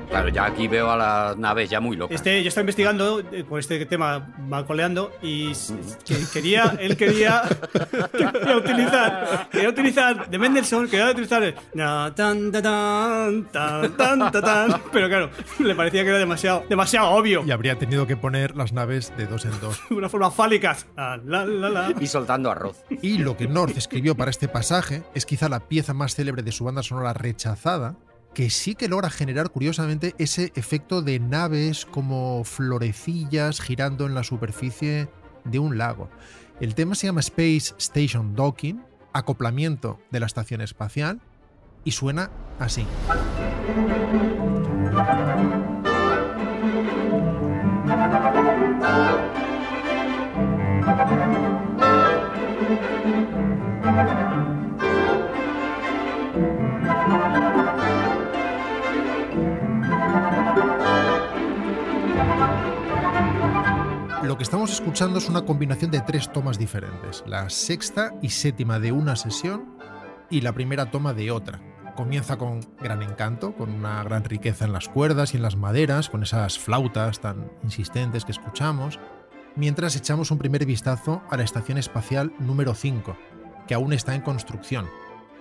Claro, ya aquí veo a las naves ya muy locas.
Este, yo estaba investigando eh, por este tema, va coleando, y s- que- quería, él quería, quería utilizar, quería utilizar de Mendelssohn, quería utilizar el, na, tan, ta, tan, tan, tan, ta, tan. pero claro, le parecía que era demasiado, demasiado obvio,
Y habría tenido que poner las naves de dos en dos.
de una forma fálica. La, la, la, la.
Y soltando arroz.
Y lo que North escribió para este pasaje es quizá la pieza más célebre de su banda sonora rechazada, que sí que logra generar curiosamente ese efecto de naves como florecillas girando en la superficie de un lago. El tema se llama Space Station Docking, acoplamiento de la estación espacial, y suena así. lo que estamos escuchando es una combinación de tres tomas diferentes, la sexta y séptima de una sesión y la primera toma de otra. Comienza con gran encanto, con una gran riqueza en las cuerdas y en las maderas, con esas flautas tan insistentes que escuchamos, mientras echamos un primer vistazo a la Estación Espacial número 5, que aún está en construcción,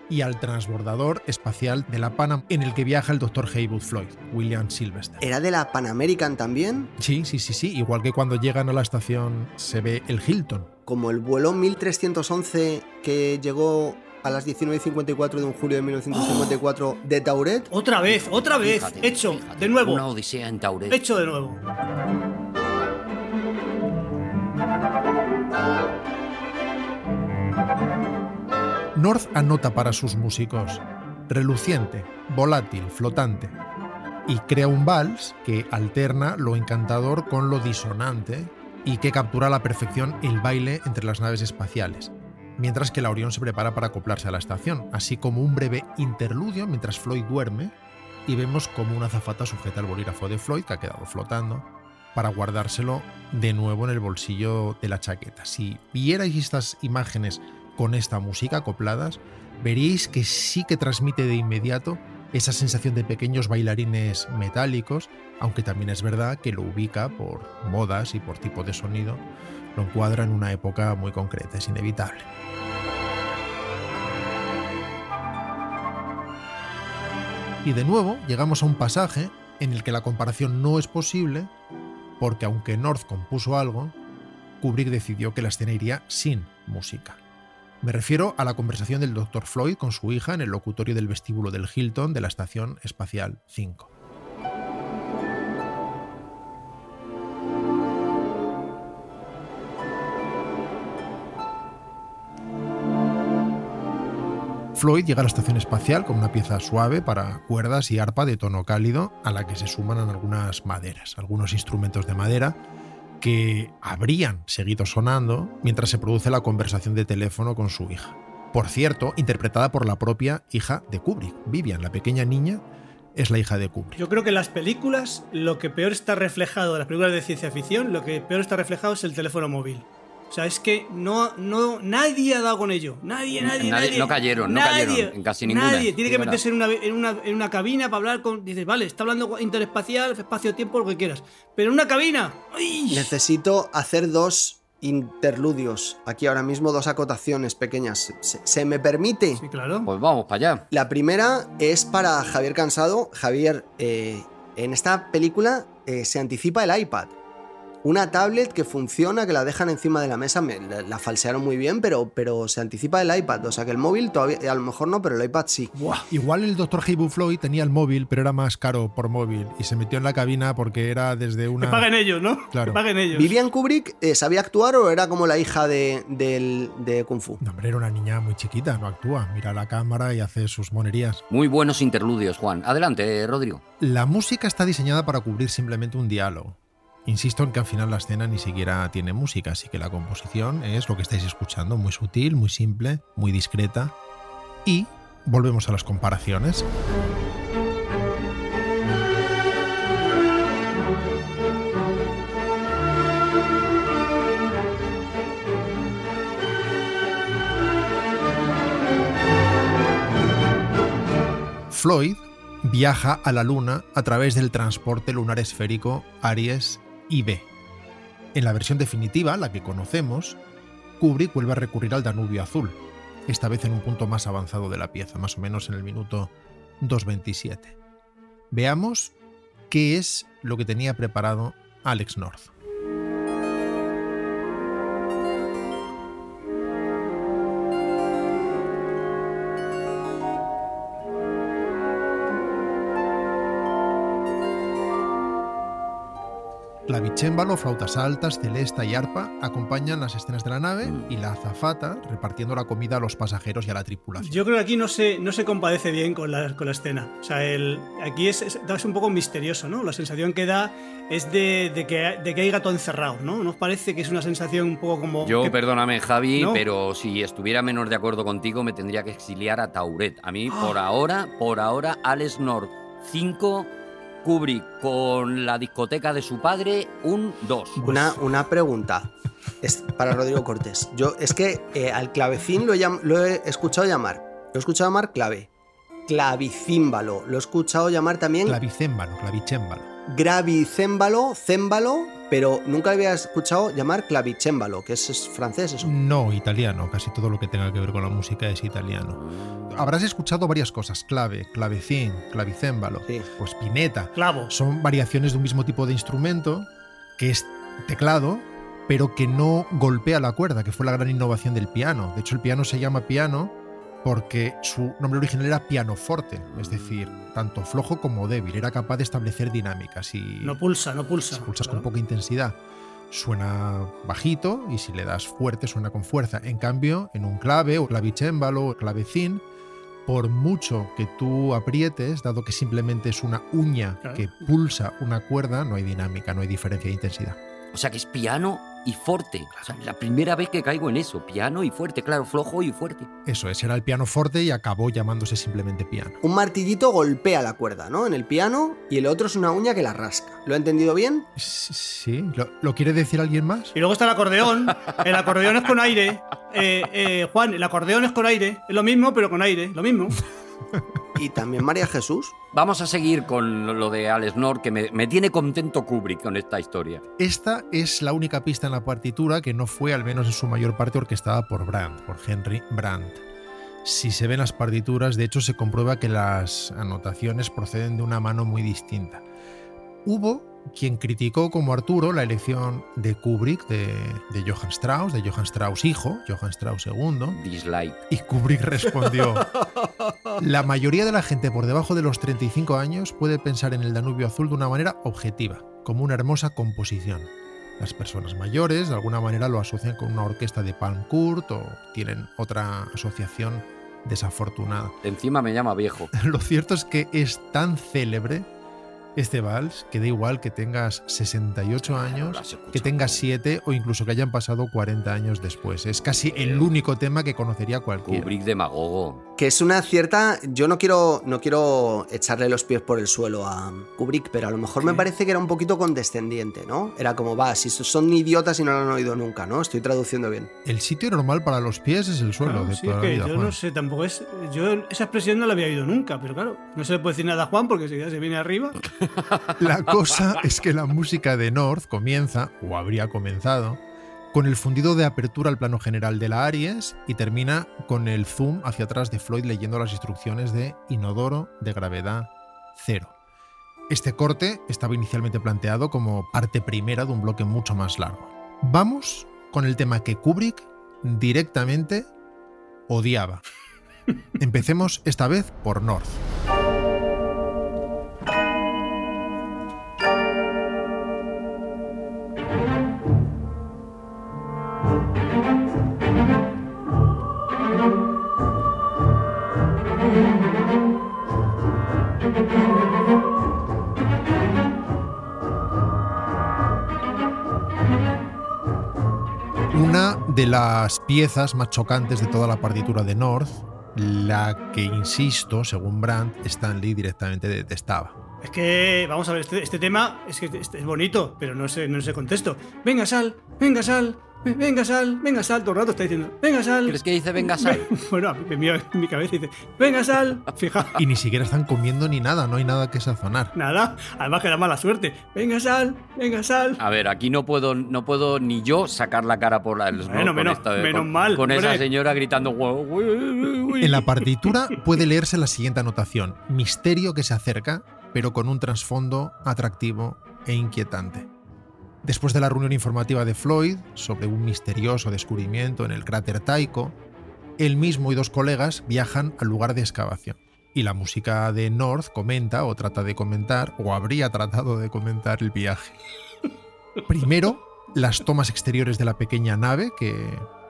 y al transbordador espacial de la Panam en el que viaja el Dr. Haywood Floyd, William Sylvester.
¿Era de la Pan American también?
Sí, sí, sí, sí, igual que cuando llegan a la estación se ve el Hilton.
Como el vuelo 1311 que llegó a las 19.54 de un julio de 1954 de Tauret.
Otra vez, otra vez.
Fíjate,
hecho,
fíjate,
de nuevo.
Una odisea en Tauret.
Hecho de nuevo.
North anota para sus músicos reluciente, volátil, flotante, y crea un vals que alterna lo encantador con lo disonante y que captura a la perfección el baile entre las naves espaciales, mientras que la Orión se prepara para acoplarse a la estación, así como un breve interludio mientras Floyd duerme y vemos como una azafata sujeta el bolígrafo de Floyd que ha quedado flotando para guardárselo de nuevo en el bolsillo de la chaqueta. Si vierais estas imágenes con esta música acopladas, veréis que sí que transmite de inmediato esa sensación de pequeños bailarines metálicos, aunque también es verdad que lo ubica por modas y por tipo de sonido, lo encuadra en una época muy concreta, es inevitable. Y de nuevo llegamos a un pasaje en el que la comparación no es posible, porque aunque North compuso algo, Kubrick decidió que la escena iría sin música. Me refiero a la conversación del Dr. Floyd con su hija en el locutorio del vestíbulo del Hilton de la Estación Espacial 5. Floyd llega a la estación espacial con una pieza suave para cuerdas y arpa de tono cálido a la que se suman algunas maderas, algunos instrumentos de madera que habrían seguido sonando mientras se produce la conversación de teléfono con su hija. Por cierto, interpretada por la propia hija de Kubrick, Vivian, la pequeña niña, es la hija de Kubrick.
Yo creo que en las películas, lo que peor está reflejado, las películas de ciencia ficción, lo que peor está reflejado es el teléfono móvil. O sea, es que no, no, nadie ha dado con ello. Nadie, nadie,
Nadie-
nadie.
no cayeron, no cayeron en casi ninguna.
Nadie. Tiene que
Es verdad.
meterse en una, en, una, en una cabina para hablar con. Dices, vale, está hablando interespacial, espacio-tiempo, lo que quieras. Pero en una cabina. ¡ay!
Necesito hacer dos interludios. Aquí ahora mismo dos acotaciones pequeñas. ¿Se, se me permite?
Sí, claro.
Pues vamos para allá.
La primera es para Javier Cansado. Javier, eh, en esta película eh, se anticipa el iPad. Una tablet que funciona, que la dejan encima de la mesa, me- la, la falsearon muy bien, pero, pero se anticipa el iPad. O sea que el móvil todavía, a lo mejor no, pero el iPad sí.
Igual el Dr. Haywood Floyd tenía el móvil, pero era más caro por móvil y se metió en la cabina porque era desde
Que
una...
paguen ellos, ¿no?
Claro.
Que paguen ellos.
¿Vivian Kubrick eh, sabía actuar o era como la hija de, del- de Kung Fu?
No, hombre, era una niña muy chiquita, no actúa, mira la cámara y hace sus monerías.
Muy buenos interludios, Juan. Adelante, eh, Rodrigo.
La música está diseñada para cubrir simplemente un diálogo. Insisto en que al final la escena ni siquiera tiene música, así que la composición es lo que estáis escuchando, muy sutil, muy simple, muy discreta. Y volvemos a las comparaciones. Floyd viaja a la Luna a través del transporte lunar esférico Aries IB. En la versión definitiva, la que conocemos, Kubrick vuelve a recurrir al Danubio Azul, esta vez en un punto más avanzado de la pieza, más o menos en el minuto 2.27. Veamos qué es lo que tenía preparado Alex North. Clavicémbalo, flautas altas, celesta y arpa acompañan las escenas de la nave y la azafata repartiendo la comida a los pasajeros y a la tripulación.
Yo creo que aquí no se, no se compadece bien con la, con la escena. O sea, el, aquí es, es, da- es un poco misterioso, ¿no? La sensación que da es de, de que, de que hay gato encerrado, ¿no? ¿Nos parece que es una sensación un poco como...
Yo,
que-
perdóname, Javi,
No.
pero si estuviera menos de acuerdo contigo, me tendría
¡Ah!
que exiliar a Tauret. A mí, por ahora, por ahora, Alex North 5 Kubrick con la discoteca de su padre, un 2.
Una, una pregunta es para Rodrigo Cortés. Yo es que eh, al clavecín lo he, llam- lo he escuchado llamar. Lo he escuchado llamar clave. Clavicímbalo. Lo he escuchado llamar también
Clavicémbalo, clavicémbalo.
gravicémbalo, cémbalo, pero nunca lo había escuchado llamar clavicémbalo, que es, es francés eso.
No, italiano. Casi todo lo que tenga que ver con la música es italiano. Habrás escuchado varias cosas. Clave, clavecín, clavicémbalo.
Sí.
Pues pineta.
Clavo.
Son variaciones de un mismo tipo de instrumento, que es teclado, pero que no golpea la cuerda, que fue la gran innovación del piano. De hecho, el piano se llama piano porque su nombre original era pianoforte, es decir, tanto flojo como débil. Era capaz de establecer dinámicas y
No pulsa, no pulsa.
si pulsas con
Claro.
poca intensidad suena bajito y si le das fuerte suena con fuerza. En cambio, en un clave o clavicémbalo o clavecín, por mucho que tú aprietes, dado que simplemente es una uña
Claro.
que pulsa una cuerda, no hay dinámica, no hay diferencia de intensidad.
O sea que es piano y fuerte. O sea, la primera vez que caigo en eso, piano y fuerte, claro, flojo y fuerte.
Eso es, era el pianoforte y acabó llamándose simplemente piano.
Un martillito golpea la cuerda, ¿no? En el piano y el otro es una uña que la rasca. ¿Lo he entendido bien?
Sí, ¿lo, lo quiere decir alguien más?
Y luego está el acordeón. El acordeón es con aire. Eh, eh, Juan, el acordeón es con aire. Es lo mismo, pero con aire. Lo mismo.
Y también María Jesús.
Vamos a seguir con lo- lo de Alex Nord, que me, me tiene contento Kubrick con esta historia.
Esta es la única pista en la partitura que no fue, al menos en su mayor parte, orquestada por Brandt, por Henry Brandt. Si se ven las partituras, de hecho se comprueba que las anotaciones proceden de una mano muy distinta. Hubo quien criticó como Arturo la elección de Kubrick, de, de Johann Strauss, de Johann Strauss hijo, Johann Strauss II,
Dislike.
y Kubrick respondió, la mayoría de la gente por debajo de los 35 años puede pensar en el Danubio Azul de una manera objetiva, como una hermosa composición. Las personas mayores de alguna manera lo asocian con una orquesta de Pancourt o tienen otra asociación desafortunada.
Encima me llama viejo.
Lo cierto es que es tan célebre este vals que da igual que tengas 68 años,
las escuchas,
que tengas 7 o incluso que hayan pasado 40 años después. Es casi el único tema que conocería cualquiera.
Kubrick demagogo.
Que es una cierta. Yo no quiero, no quiero echarle los pies por el suelo a Kubrick, pero a lo mejor me parece que era un poquito condescendiente, ¿no? Era como, va, si son idiotas y no lo han oído nunca, ¿no? Estoy traduciendo bien.
El sitio normal para los pies es el suelo
Claro,
de
sí, es
toda la
que
vida,
yo
Juan.
no sé, tampoco es. Yo esa expresión no la había oído nunca, pero claro, no se le puede decir nada a Juan porque enseguida se viene arriba.
La cosa es que la música de North comienza, o habría comenzado, con el fundido de apertura al plano general de la Aries y termina con el zoom hacia atrás de Floyd leyendo las instrucciones de inodoro de gravedad cero. Este corte estaba inicialmente planteado como parte primera de un bloque mucho más largo. Vamos con el tema que Kubrick directamente odiaba. Empecemos esta vez por North. Una de las piezas más chocantes de toda la partitura de North, la que, insisto, según Brandt, Stan Lee directamente detestaba.
Es que, vamos a ver, este, este tema es que es, es bonito, pero no sé, no sé contexto. Venga, sal, venga, sal, ve- venga, sal, venga, sal, todo el rato está diciendo, venga, sal.
¿Crees que dice venga sal?
Bueno, a mí me mira en mi cabeza y dice, venga, sal, fija.
Y ni siquiera están comiendo ni nada, no hay nada que sazonar.
Nada, además que da mala suerte. Venga, sal, venga, sal.
Ah.
A ver, aquí no puedo, no puedo ni yo sacar la cara por Alex Nord.
Bueno,
con
menos-
esta-
menos
con-
mal,
Con esa
hombre.
señora gritando. "Guau, guau, guau, guau".
En la partitura puede leerse la siguiente anotación, misterio que se acerca, pero con un trasfondo atractivo e inquietante. Después de la reunión informativa de Floyd sobre un misterioso descubrimiento en el cráter Taiko, él mismo y dos colegas viajan al lugar de excavación. Y la música de North comenta o trata de comentar, o habría tratado de comentar el viaje. Primero, las tomas exteriores de la pequeña nave que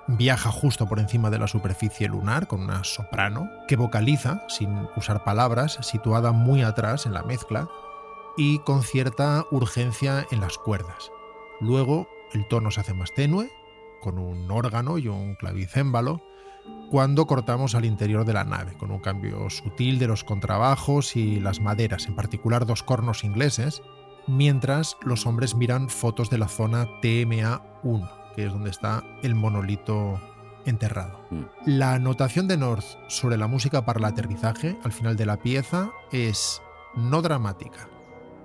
viaja justo por encima de la superficie lunar con una soprano que vocaliza, sin usar palabras, situada muy atrás en la mezcla y con cierta urgencia en las cuerdas. Luego, el tono se hace más tenue, con un órgano y un clavicémbalo, cuando cortamos al interior de la nave, con un cambio sutil de los contrabajos y las maderas, en particular dos cornos ingleses, mientras los hombres miran fotos de la zona TMA-1, que es donde está el monolito enterrado.
Mm.
La anotación de North sobre la música para el aterrizaje al final de la pieza es no dramática,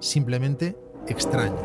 simplemente extraña.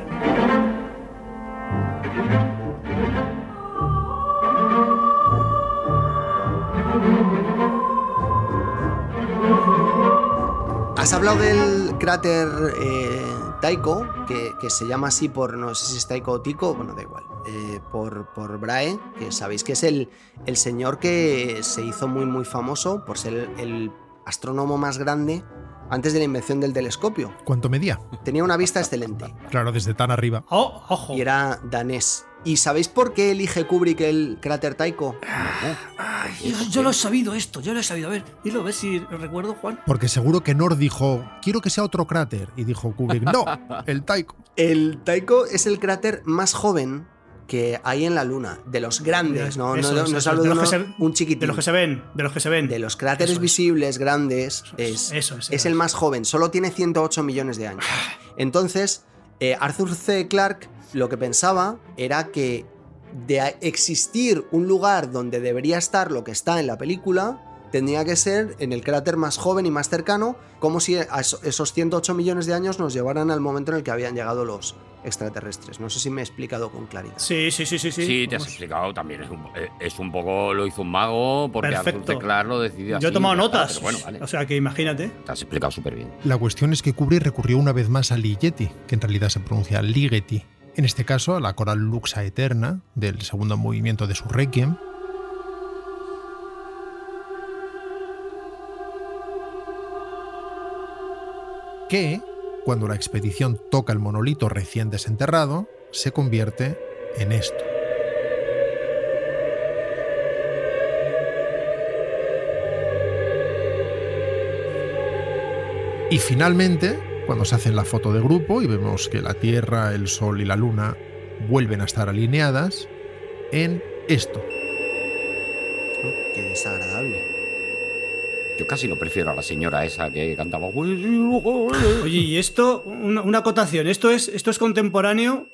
Has hablado del cráter eh, Taiko, que, que se llama así por, no sé si es Taiko o Tico, bueno, da igual, eh, por, por Brahe, que sabéis que es el, el señor que se hizo muy, muy famoso por ser el, el astrónomo más grande antes de la invención del telescopio.
¿Cuánto medía?
Tenía una vista excelente
Claro, desde tan arriba.
Oh, ojo.
y era danés. ¿Y sabéis por qué elige Kubrick el cráter Taiko?
Ay, yo, yo lo he sabido esto, yo lo he sabido. A ver, dilo, a ver si lo recuerdo, Juan.
Porque seguro que North dijo, quiero que sea otro cráter. Y dijo Kubrick, no, el Taiko.
El Taiko es el cráter más joven que hay en la Luna, de los grandes, no,
Eso,
no, no,
eso,
no os
eso,
hablo de,
de los
uno-
que se-
un chiquitín.
De los que se ven, de los que se ven.
De los cráteres
Eso es.
visibles grandes es,
Eso es,
es
eso
el
es.
más joven, solo tiene 108 millones de años. Entonces, eh, Arthur C. Clarke lo que pensaba era que de a- existir un lugar donde debería estar lo que está en la película, tendría que ser en el cráter más joven y más cercano, como si a eso- esos 108 millones de años nos llevaran al momento en el que habían llegado los extraterrestres. No sé si me he explicado con claridad.
Sí, sí, sí, sí. Sí,
Sí, te has
Vamos.
explicado también. Es un, eh, es un poco lo hizo un mago porque Arthur
Perfecto.
Teclar lo decidió así.
Yo he tomado
ya está,
notas.
pero bueno, vale.
O sea que imagínate.
Te has explicado súper bien.
La cuestión es que Kubrick recurrió una vez más a Ligeti, que en realidad se pronuncia Ligeti, en este caso a la coral Luxa Eterna del segundo movimiento de su Requiem. Que, cuando la expedición toca el monolito recién desenterrado, se convierte en esto. Y finalmente, cuando se hacen la foto de grupo y vemos que la Tierra, el Sol y la Luna vuelven a estar alineadas en esto.
Qué desagradable.
Yo casi lo prefiero a la señora esa que cantaba.
Oye, y esto, una, una acotación, esto es, esto es contemporáneo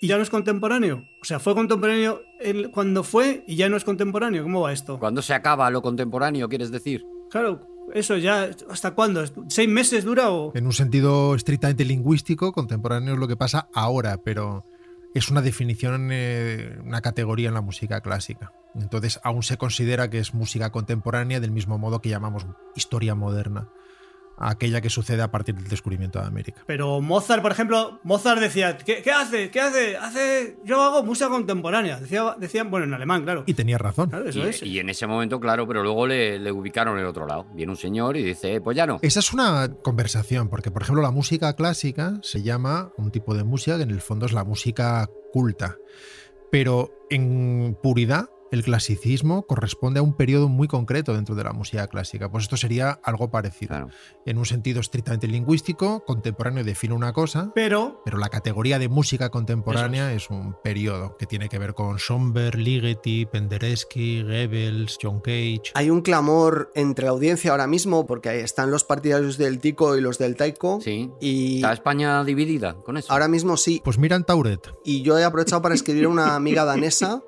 y ya no es contemporáneo. O sea, fue contemporáneo el- cuando fue y ya no es contemporáneo. ¿Cómo va esto?
Cuando se acaba lo contemporáneo, quieres decir?
Claro, eso ya, ¿hasta cuándo? ¿Seis meses dura o...?
En un sentido estrictamente lingüístico, contemporáneo es lo que pasa ahora, pero es una definición, eh, una categoría en la música clásica. Entonces aún se considera que es música contemporánea del mismo modo que llamamos historia moderna, a aquella que sucede a partir del descubrimiento de América.
Pero Mozart, por ejemplo, Mozart decía, ¿qué, qué hace? ¿Qué hace? Hace, yo hago música contemporánea. Decía, decían, bueno, en alemán, claro.
Y tenía razón.
Claro, eso es.
Y, y en ese momento, claro, pero luego le, le ubicaron el otro lado. Viene un señor y dice, eh, pues ya no.
Esa es una conversación, porque por ejemplo la música clásica se llama un tipo de música que en el fondo es la música culta, pero en puridad el clasicismo corresponde a un periodo muy concreto dentro de la música clásica, pues esto sería algo parecido.
Claro.
En un sentido estrictamente lingüístico, contemporáneo define una cosa,
Pero,
pero la categoría de música contemporánea es un periodo que tiene que ver con Schomberg, Ligeti, Penderecki, Goebbels, John Cage.
Hay un clamor entre la audiencia ahora mismo, porque ahí están los partidarios del Tico y los del Taiko.
Sí.
Y
Está España dividida con eso.
ahora mismo sí.
Pues miran Tauret,
Y yo he aprovechado para escribir a una amiga danesa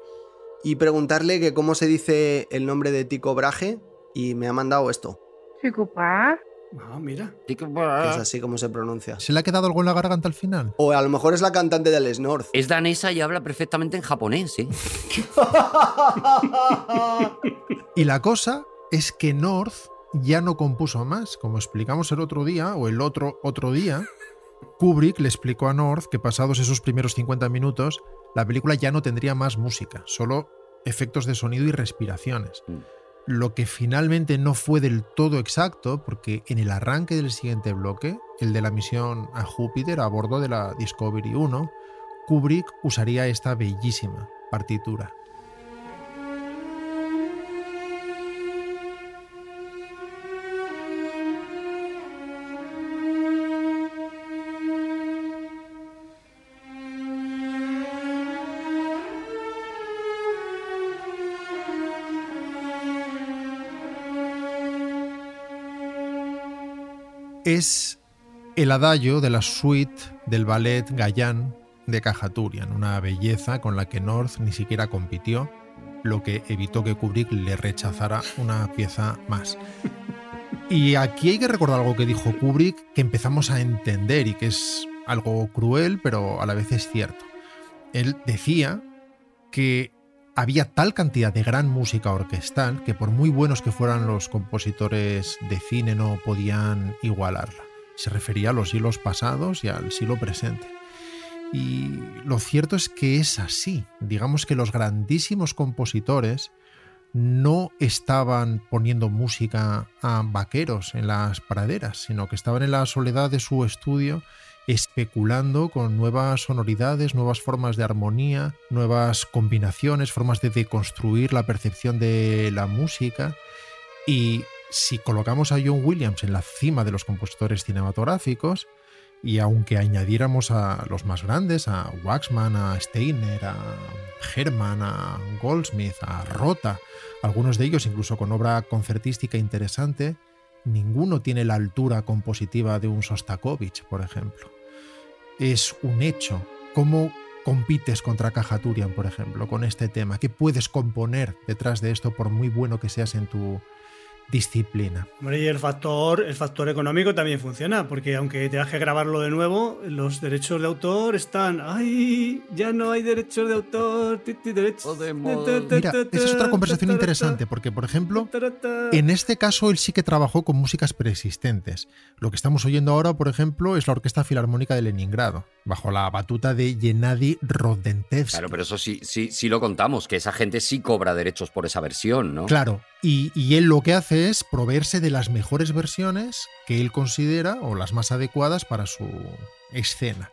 y preguntarle que cómo se dice el nombre de Tico Braje. Y me ha mandado esto,
ah, mira.
que
Ah.
es así como se pronuncia.
¿se le ha quedado algo en la garganta al final?
O a lo mejor es la cantante del Snorth.
Es danesa y habla perfectamente en japonés, ¿eh?
Y la cosa es que North ya no compuso más, como explicamos el otro día, o el otro otro día, Kubrick le explicó a North que pasados esos primeros 50 minutos, la película ya no tendría más música, solo efectos de sonido y respiraciones.
Mm.
Lo que finalmente no fue del todo exacto, porque en el arranque del siguiente bloque, el de la misión a Júpiter a bordo de la Discovery 1, Kubrick usaría esta bellísima partitura. es el adagio de la suite del ballet Gallán de Cajaturian, una belleza con la que North ni siquiera compitió, lo que evitó que Kubrick le rechazara una pieza más. Y aquí hay que recordar algo que dijo Kubrick que empezamos a entender y que es algo cruel, pero a la vez es cierto. Él decía que había tal cantidad de gran música orquestal que por muy buenos que fueran los compositores de cine no podían igualarla. Se refería a los siglos pasados y al siglo presente. Y lo cierto es que es así. Digamos que los grandísimos compositores no estaban poniendo música a vaqueros en las praderas, sino que estaban en la soledad de su estudio especulando con nuevas sonoridades, nuevas formas de armonía, nuevas combinaciones, formas de deconstruir la percepción de la música. Y si colocamos a John Williams en la cima de los compositores cinematográficos, y aunque añadiéramos a los más grandes, a Waxman, a Steiner, a Herman, a Goldsmith, a Rota, algunos de ellos incluso con obra concertística interesante, ninguno tiene la altura compositiva de un Sostakovich, por ejemplo. Es un hecho. ¿Cómo compites contra Cajaturian, por ejemplo, con este tema? ¿Qué puedes componer detrás de esto, por muy bueno que seas en tu disciplina?
Hombre, y el factor, el factor económico también funciona, porque aunque tengas que grabarlo de nuevo, los derechos de autor están. ¡Ay! Ya no hay derechos de autor. Ti, ti, derechos.
Mira, esa es otra conversación interesante, porque, por ejemplo, en este caso él sí que trabajó con músicas preexistentes. Lo que estamos oyendo ahora, por ejemplo, es la Orquesta Filarmónica de Leningrado, bajo la batuta de Yenadi Rodentevsky.
Claro, pero eso sí, sí, sí lo contamos, que esa gente sí cobra derechos por esa versión, ¿no?
Claro, y, y, él lo que hace es proveerse de las mejores versiones que él considera o las más adecuadas para su escena.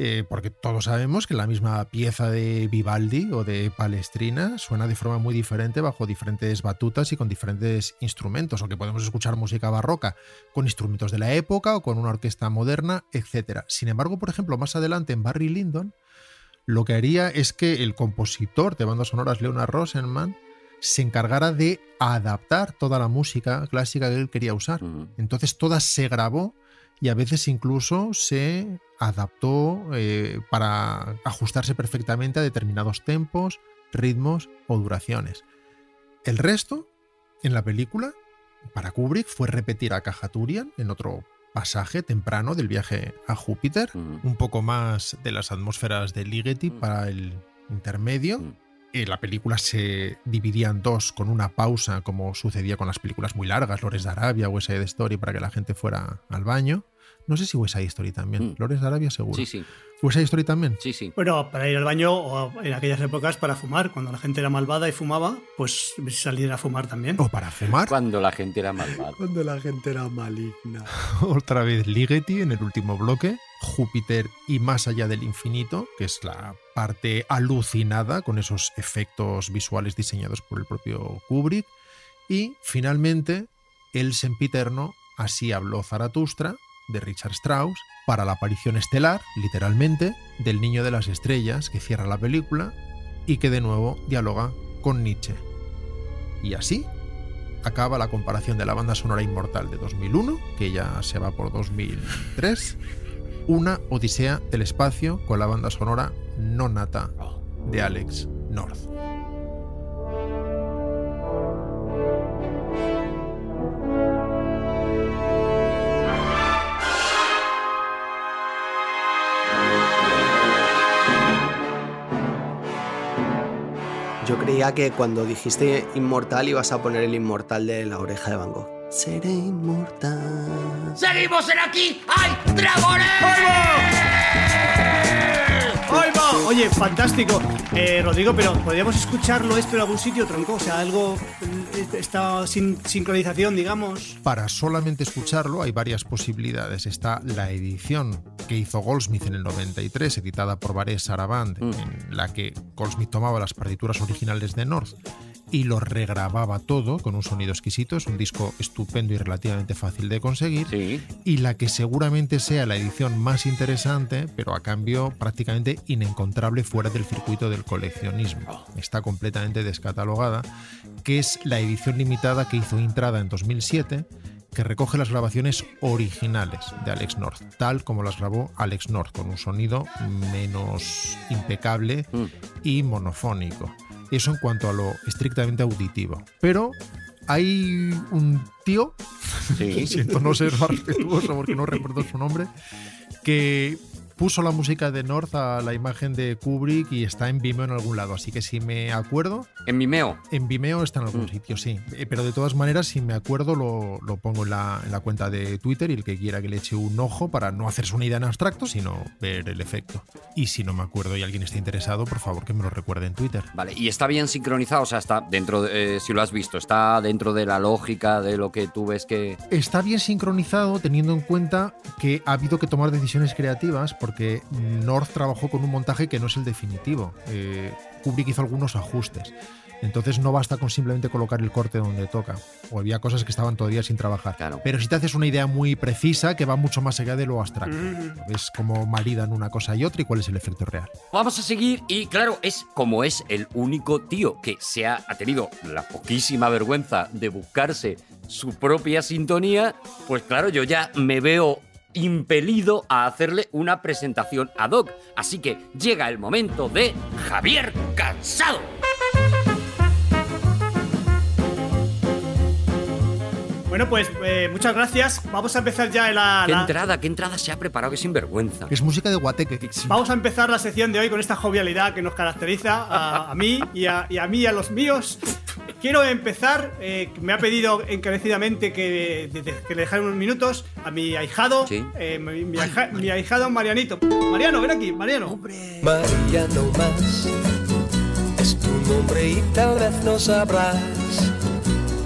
Eh, porque todos sabemos que la misma pieza de Vivaldi o de Palestrina suena de forma muy diferente bajo diferentes batutas y con diferentes instrumentos, o que podemos escuchar música barroca con instrumentos de la época o con una orquesta moderna, etc. Sin embargo, por ejemplo, más adelante en Barry Lyndon, lo que haría es que el compositor de bandas sonoras Leonard Rosenman se encargara de adaptar toda la música clásica que él quería usar.
Mm,
Entonces toda se grabó y a veces incluso se adaptó eh, para ajustarse perfectamente a determinados tempos, ritmos o duraciones. El resto, en la película, para Kubrick fue repetir a Cajaturian en otro pasaje temprano del viaje a Júpiter,
mm,
un poco más de las atmósferas de Ligeti para el intermedio
mm.
eh, la película se dividía en dos con una pausa, como sucedía con las películas muy largas, Lores de Arabia, West Side Story, para que la gente fuera al baño. No sé si West Side Story también. Mm. Lores de Arabia seguro.
Sí, sí.
West Side Story también.
Sí, sí.
Bueno, para ir al baño o en aquellas épocas para fumar, cuando la gente era malvada y fumaba, pues salir a fumar también.
O para fumar.
Cuando la gente era malvada.
Cuando la gente era maligna.
Otra vez Ligeti en el último bloque. Júpiter y más allá del infinito, que es la parte alucinada con esos efectos visuales diseñados por el propio Kubrick. Y finalmente, El Sempiterno, así habló Zaratustra, de Richard Strauss, para la aparición estelar, literalmente, del Niño de las Estrellas, que cierra la película y que de nuevo dialoga con Nietzsche. Y así acaba la comparación de la banda sonora inmortal de 2001, que ya se va por 2003 una odisea del espacio con la banda sonora no nata de Alex North.
Yo creía que cuando dijiste inmortal ibas a poner el inmortal de la oreja de Van Gogh. Seré inmortal.
¡Seguimos en aquí! ¡Hay dragones!
¡Ay, va! Oye, fantástico. Eh, Rodrigo, pero podríamos escucharlo esto en algún sitio, tronco. O sea, algo. eh, Esta sin, sincronización, digamos.
Para solamente escucharlo hay varias posibilidades. Está la edición que hizo Goldsmith en el 93, editada por Baré Saraband, mm. en la que Goldsmith tomaba las partituras originales de North y lo regrababa todo con un sonido exquisito. Es un disco estupendo y relativamente fácil de conseguir.
Sí.
Y la que seguramente sea la edición más interesante, pero a cambio prácticamente inencontrable fuera del circuito del coleccionismo. Está completamente descatalogada, que es la edición limitada que hizo Intrada en 2007 que recoge las grabaciones originales de Alex North, tal como las grabó Alex North, con un sonido menos impecable
Mm.
y monofónico. Eso en cuanto a lo estrictamente auditivo. Pero hay un tío siento no ser más respetuoso porque no recuerdo su nombre, que puso la música de North a la imagen de Kubrick y está en Vimeo en algún lado. Así que si me acuerdo,
En Mimeo.
en Vimeo está en algún
Mm.
sitio, sí. Eh, Pero de todas maneras, si me acuerdo, lo, lo pongo en la, en la cuenta de Twitter y el que quiera que le eche un ojo para no hacerse una idea en abstracto, sino ver el efecto. Y si no me acuerdo y alguien está interesado, por favor que me lo recuerde en Twitter.
Vale, y está bien sincronizado, o sea, está dentro, de, eh, si lo has visto, está dentro de la lógica de lo que tú ves que...
está bien sincronizado teniendo en cuenta que ha habido que tomar decisiones creativas porque North trabajó con un montaje que no es el definitivo. Eh, Kubrick hizo algunos ajustes. Entonces no basta con simplemente colocar el corte donde toca. O había cosas que estaban todavía sin trabajar.
Claro.
Pero si te haces una idea muy precisa que va mucho más allá de lo abstracto.
Mm.
Ves cómo maridan una cosa y otra y cuál es el efecto real.
Vamos a seguir y claro, es como es el único tío que se ha, ha tenido la poquísima vergüenza de buscarse su propia sintonía, pues claro, yo ya me veo impelido a hacerle una presentación ad hoc. Así que llega el momento de Javier Cansado.
Bueno, pues eh, muchas gracias. Vamos a empezar ya la.
¿Qué
la-
entrada, qué entrada se ha preparado? ¡Qué sinvergüenza!
Es música de Guateque.
Vamos a empezar la sección de hoy con esta jovialidad que nos caracteriza a, a mí y a, y a mí y a los míos. Quiero empezar, eh, que me ha pedido encarecidamente que, de- de- que le dejara unos minutos a mi ahijado,
Sí.
eh, mi, mi aija- mi ahijado Marianito. Mariano, ven aquí, Mariano.
Mariano más es tu nombre y tal vez no sabrás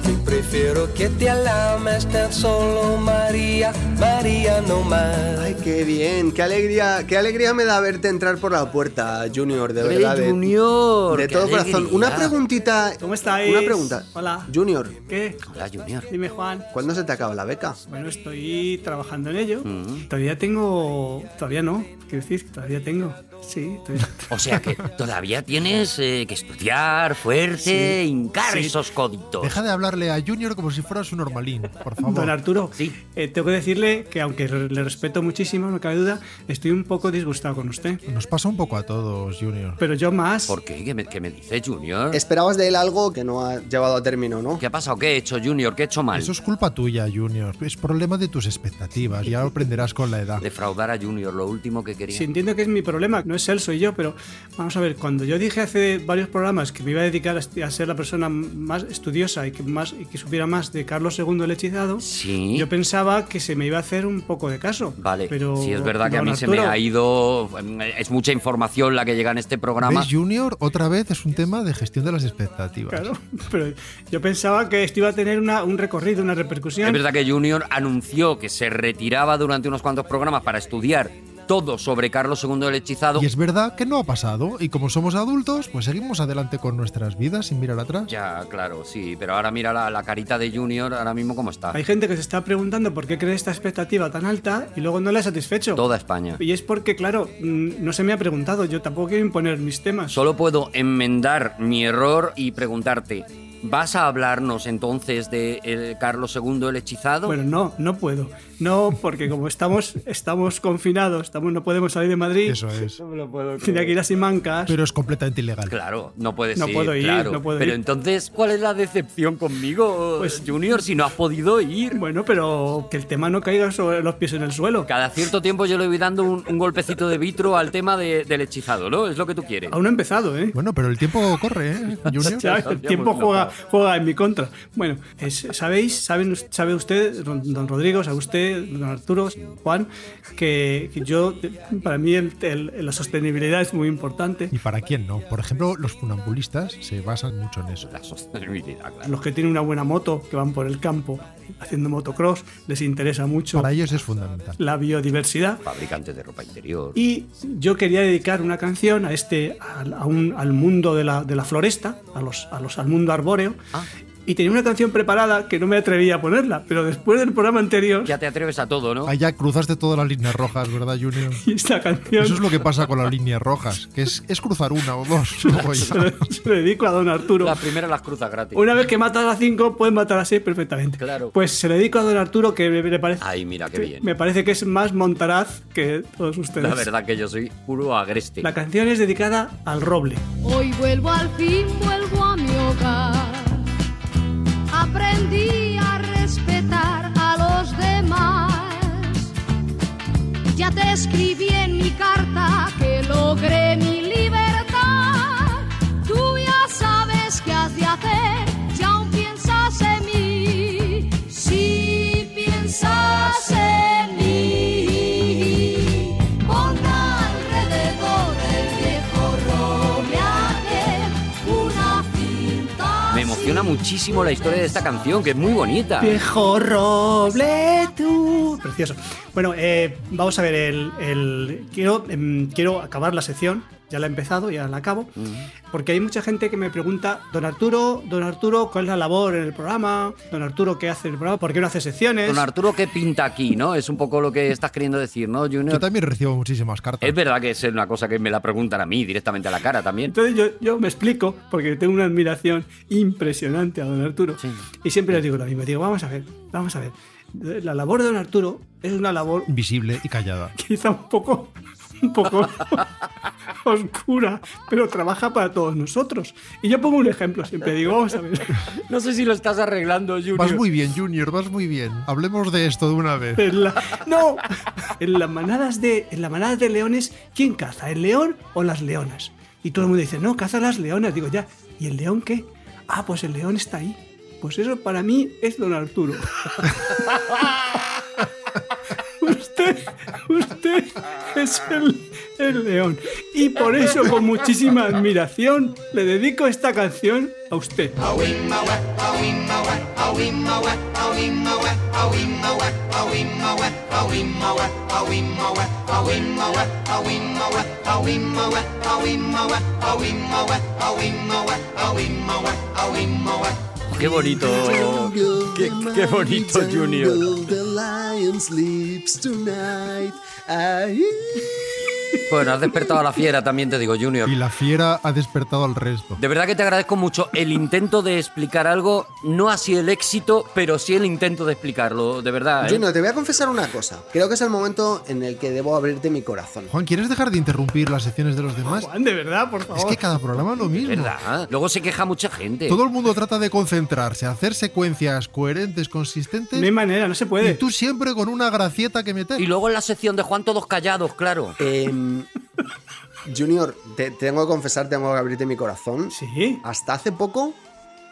que prefiero que te alames tan solo María, Mariano más.
Ay, qué bien, qué alegría, qué alegría me da verte entrar por la puerta, Junior, de verdad. de-
Junior!
de
qué
todo corazón.
alegría.
Una preguntita.
¿Cómo estáis?
Una pregunta.
Hola.
Junior,
¿Qué?
Hola, Junior.
Dime, Juan.
¿cuándo se te acaba la beca?
Bueno, estoy trabajando en ello.
Mm.
Todavía tengo. Todavía no. Quiero decir, todavía tengo. Sí, todavía.
O sea que todavía tienes eh, que estudiar fuerte, hincar esos códitos.
Deja de hablarle a Junior como si fuera su normalín, por
Don
favor.
Arturo,
Sí.
eh, tengo que decirle que aunque re- le respeto muchísimo, no cabe duda, estoy un poco disgustado con usted.
Nos pasa un poco a todos, Junior.
Pero yo más...
¿Por qué? ¿Qué me, qué me dice Junior?
Esperabas de él algo que no ha llevado a término, ¿no?
¿Qué ha pasado? ¿Qué he hecho, Junior? ¿Qué he hecho mal?
Eso es culpa tuya, Junior. Es problema de tus expectativas. Ya lo aprenderás con la edad.
Defraudar a Junior, lo último que quería.
Si entiendo que es mi problema, no es él, soy yo, pero vamos a ver, cuando yo dije hace varios programas que me iba a dedicar a, esti- a ser la persona más estudiosa y que, más, y que supiera más de Carlos II el hechizado,
Sí.
yo pensaba que se me iba a hacer un poco de caso.
Vale,
pero
sí, es verdad que a
don
mí se me
Arturo,
ha ido. mm, Es mucha información la que llega en este programa.
¿Ves, Junior? Otra vez es un tema de gestión de las expectativas.
Claro, pero yo pensaba que esto iba a tener una- un recorrido, una repercusión.
Es verdad que Junior anunció que se retiraba durante unos cuantos programas para estudiar todo sobre Carlos II el Hechizado.
Y es verdad que no ha pasado. Y como somos adultos, pues seguimos adelante con nuestras vidas sin mirar atrás.
Ya, claro, sí, pero ahora mira la, la carita de Junior ahora mismo cómo está.
Hay gente que se está preguntando por qué cree esta expectativa tan alta y luego no la he satisfecho.
Toda España.
Y es porque, claro, mm, no se me ha preguntado, yo tampoco quiero imponer mis temas.
Solo puedo enmendar mi error y preguntarte, ¿vas a hablarnos entonces de el Carlos II el hechizado?
bueno, no, no puedo. No, porque como estamos, estamos confinados, estamos, no podemos salir de Madrid,
Eso es.
tenía que ir a Simancas.
Pero es completamente ilegal.
Claro, no puedes
No
ir,
puedo ir,
claro.
no puedo
Pero
ir.
entonces, ¿cuál es la decepción conmigo,
Pues-
Junior, si no has podido ir?
Bueno, pero que el tema no caiga sobre los pies en el suelo.
Cada cierto tiempo yo le voy dando un, un golpecito de vitro al tema de- del hechizado, ¿no? Es lo que tú quieres.
Aún no he empezado, ¿eh?
Bueno, pero el tiempo corre, ¿eh, Junior?
¿Sabes? El
Habíamos
tiempo juega,
notado.
juega en mi contra. Bueno, es- ¿sabéis? ¿Saben, ¿Sabe usted, don don Rodrigo, a usted, don Arturo, Juan, que, que yo, para mí, el- el- la sostenibilidad es muy importante.
¿Y para quién no? Por ejemplo, los funambulistas se basan mucho en eso.
La sostenibilidad, claro.
Los que tienen una buena moto, que van por el campo haciendo motocross, les interesa mucho
Para ellos es fundamental.
la biodiversidad.
Fabricantes de ropa interior.
Y yo quería dedicar una canción a este, al, a un- al mundo de la, de la floresta, a los, a los, al mundo arbóreo.
Ah.
y tenía una canción preparada que no me atrevía a ponerla, pero después del programa anterior
Ya te atreves a todo, ¿no?
Ahí ya cruzaste todas las líneas rojas, ¿verdad, Junior?
y esta canción
Eso es lo que pasa con las líneas rojas, que es, es cruzar una o dos. luego ya.
se, lo, se lo dedico a don Arturo.
Las primeras las cruzas gratis.
Una vez que matas a cinco, puedes matar a seis perfectamente.
Claro.
Pues se lo dedico a don Arturo, que me, me parece,
Ay, mira qué
que-
bien.
me parece que es más montaraz que todos ustedes.
La verdad que yo soy puro agreste.
La canción es dedicada al roble.
Hoy vuelvo al fin, vuelvo a mi hogar. Aprendí a respetar a los demás. Ya te escribí en mi carta que logré mi libertad. Tú ya sabes qué has de hacer, ya aún piensas en mí. Si piensas en mí, ponte alrededor del viejo roble aquel una cinta.
Me emociona muchísimo la historia de esta canción, que es muy bonita.
Viejo roble tú. Precioso. Bueno, eh, vamos a ver, el, el- quiero, em, quiero acabar la sección. Ya la he empezado, ya la acabo. Porque hay mucha gente que me pregunta, don Arturo, don Arturo, ¿cuál es la labor en el programa? Don Arturo, ¿qué hace en el programa? ¿Por qué no hace secciones?
Don Arturo, ¿qué pinta aquí, no? Es un poco lo que estás queriendo decir, ¿no,
Yo
Junior?
también recibo muchísimas cartas.
Es verdad que es una cosa que me la preguntan a mí directamente a la cara también.
Entonces yo, yo me explico, porque tengo una admiración impresionante a don Arturo.
Sí.
Y siempre les digo lo mismo, digo, vamos a ver, vamos a ver. La labor de don Arturo es una labor
Visible y callada.
quizá un poco, un poco oscura, pero trabaja para todos nosotros. Y yo pongo un ejemplo siempre, digo, vamos a ver.
No sé si lo estás arreglando, Junior.
Vas muy bien, Junior, vas muy bien. Hablemos de esto de una vez.
En la- no, en las manadas de, en las manadas de leones, ¿quién caza? ¿El león o las leonas? Y todo el mundo dice, no, caza las leonas. Digo, ya, ¿y el león qué? Ah, pues el león está ahí. Pues eso para mí es don Arturo. Usted, usted es el, el león. Y por eso, con muchísima admiración, le dedico esta canción a usted.
Qué bonito. Qué, qué bonito, Junior.
The lion sleeps tonight. Ay.
Bueno, has despertado a la fiera también, te digo, Junior.
Y la fiera ha despertado al resto.
De verdad que te agradezco mucho el intento de explicar algo, no así el éxito, pero sí el intento de explicarlo, de verdad. ¿eh?
Juno, te voy a confesar una cosa. Creo que es el momento en el que debo abrirte mi corazón.
Juan, ¿quieres dejar de interrumpir las secciones de los demás?
Juan, de verdad, por
Es
favor.
que cada programa es lo
Es
mismo.
verdad. Luego se queja mucha gente.
Todo el mundo trata de concentrarse, hacer secuencias coherentes, consistentes.
No hay manera, no se
Y
puede.
tú siempre con una gracieta que meter.
Y luego en la sección de Juan todos callados, claro.
Em, junior, te tengo que confesar, tengo que abrirte mi corazón.
Sí.
Hasta hace poco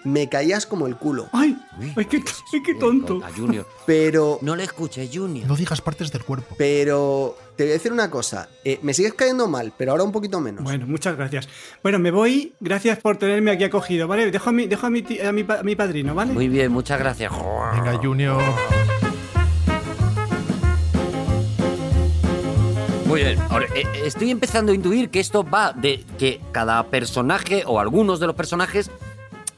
me caías como el culo.
¡Ay!
Uy, pues, eh,
¡Ay, qué, ay, qué
Uy,
tonto!
A Junior.
Pero,
No le escuches, Junior.
No digas partes del cuerpo.
pero te voy a decir una cosa. Eh, me sigues cayendo mal, pero ahora un poquito menos.
Bueno, muchas gracias. Bueno, me voy. Gracias por tenerme aquí acogido, ¿vale? Dejo a mi, dejo a mi, ti- a mi, pa- a mi padrino, ¿vale?
Muy bien, muchas gracias. Juan.
Venga, Junior.
Muy bien. Ahora, eh, eh, estoy empezando a intuir que esto va de que cada personaje o algunos de los personajes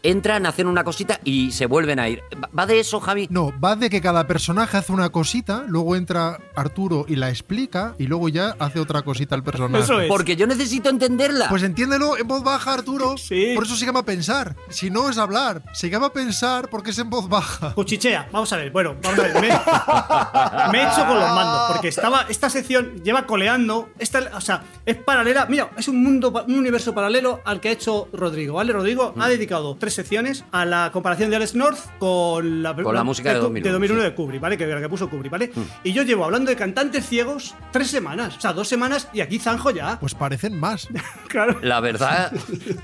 entran, hacen una cosita y se vuelven a ir. ¿Va- ¿Va de eso, Javi?
No, va de que cada personaje hace una cosita, luego entra Arturo y la explica, y luego ya hace otra cosita el personaje.
Eso es.
Porque yo necesito entenderla.
Pues entiéndelo en voz baja, Arturo.
Sí.
Por eso se llama pensar. Si no es hablar, se llama pensar porque es en voz baja.
Cuchichea, vamos a ver, bueno, vamos a ver. Me, me he hecho con los mandos, porque estaba, esta sección lleva coleando, esta, o sea, es paralela, mira, es un mundo, pa- un universo paralelo al que ha hecho Rodrigo, ¿vale? Rodrigo
Mm.
ha dedicado tres secciones a la comparación de Alex North con la,
Con la música de
cu-
2001, sí. Mm.
de Kubrick, ¿vale? Que la que puso Kubrick, ¿vale? Y yo llevo hablando de cantantes ciegos tres semanas, o sea, dos semanas, y aquí zanjo ya.
Pues parecen más.
Claro,
La verdad,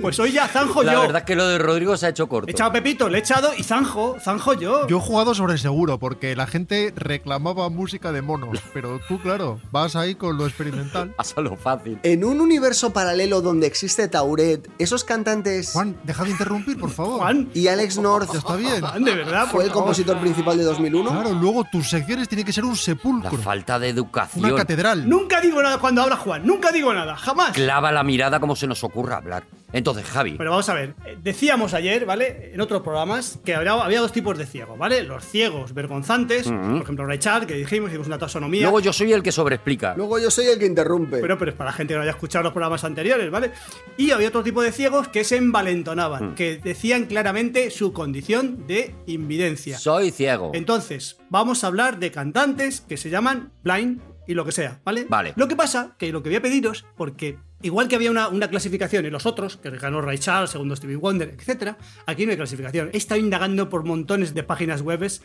pues hoy ya zanjo
la
yo.
verdad es que lo de Rodrigo se ha hecho
He
corto.
echado a Pepito, le he echado y zanjo, zanjo yo.
Yo he jugado sobre seguro porque la gente reclamaba música de monos, pero tú, claro, vas ahí con lo experimental.
Pasa lo fácil.
Eh,
En un universo paralelo donde existe Tauret, esos cantantes.
Juan, deja de interrumpir, por favor.
Juan.
Y Alex North
Está bien.
Juan, de verdad. por
fue el
favor.
compositor principal de 2001.
Claro, luego tus secciones tienen que ser un
La
sepulcro,
falta de
una
educación.
catedral.
Nunca digo nada cuando habla Juan. Nunca digo nada. Jamás.
Clava la mirada como se nos ocurra hablar. Entonces, Javi,
Pero vamos a ver, eh, decíamos ayer, ¿vale? En otros programas que había, había dos tipos de ciegos, ¿vale? Los ciegos vergonzantes, por ejemplo, Richard, que dijimos, hicimos una taxonomía.
luego yo soy el que sobreexplica.
Luego yo soy el que interrumpe.
Pero, pero es para la gente que no haya escuchado los programas anteriores, ¿vale? Y había otro tipo de ciegos que se
Mm.
envalentonaban, que decían claramente su condición de invidencia.
Soy ciego.
Entonces, vamos a hablar de cantantes que se llaman blind y lo que sea, ¿vale?
Vale.
Lo que pasa, que lo que voy a pediros, porque igual que había una, una clasificación en los otros, que ganó Ray Charles, segundo Stevie Wonder, etc., aquí no hay clasificación. He estado indagando por montones de páginas webs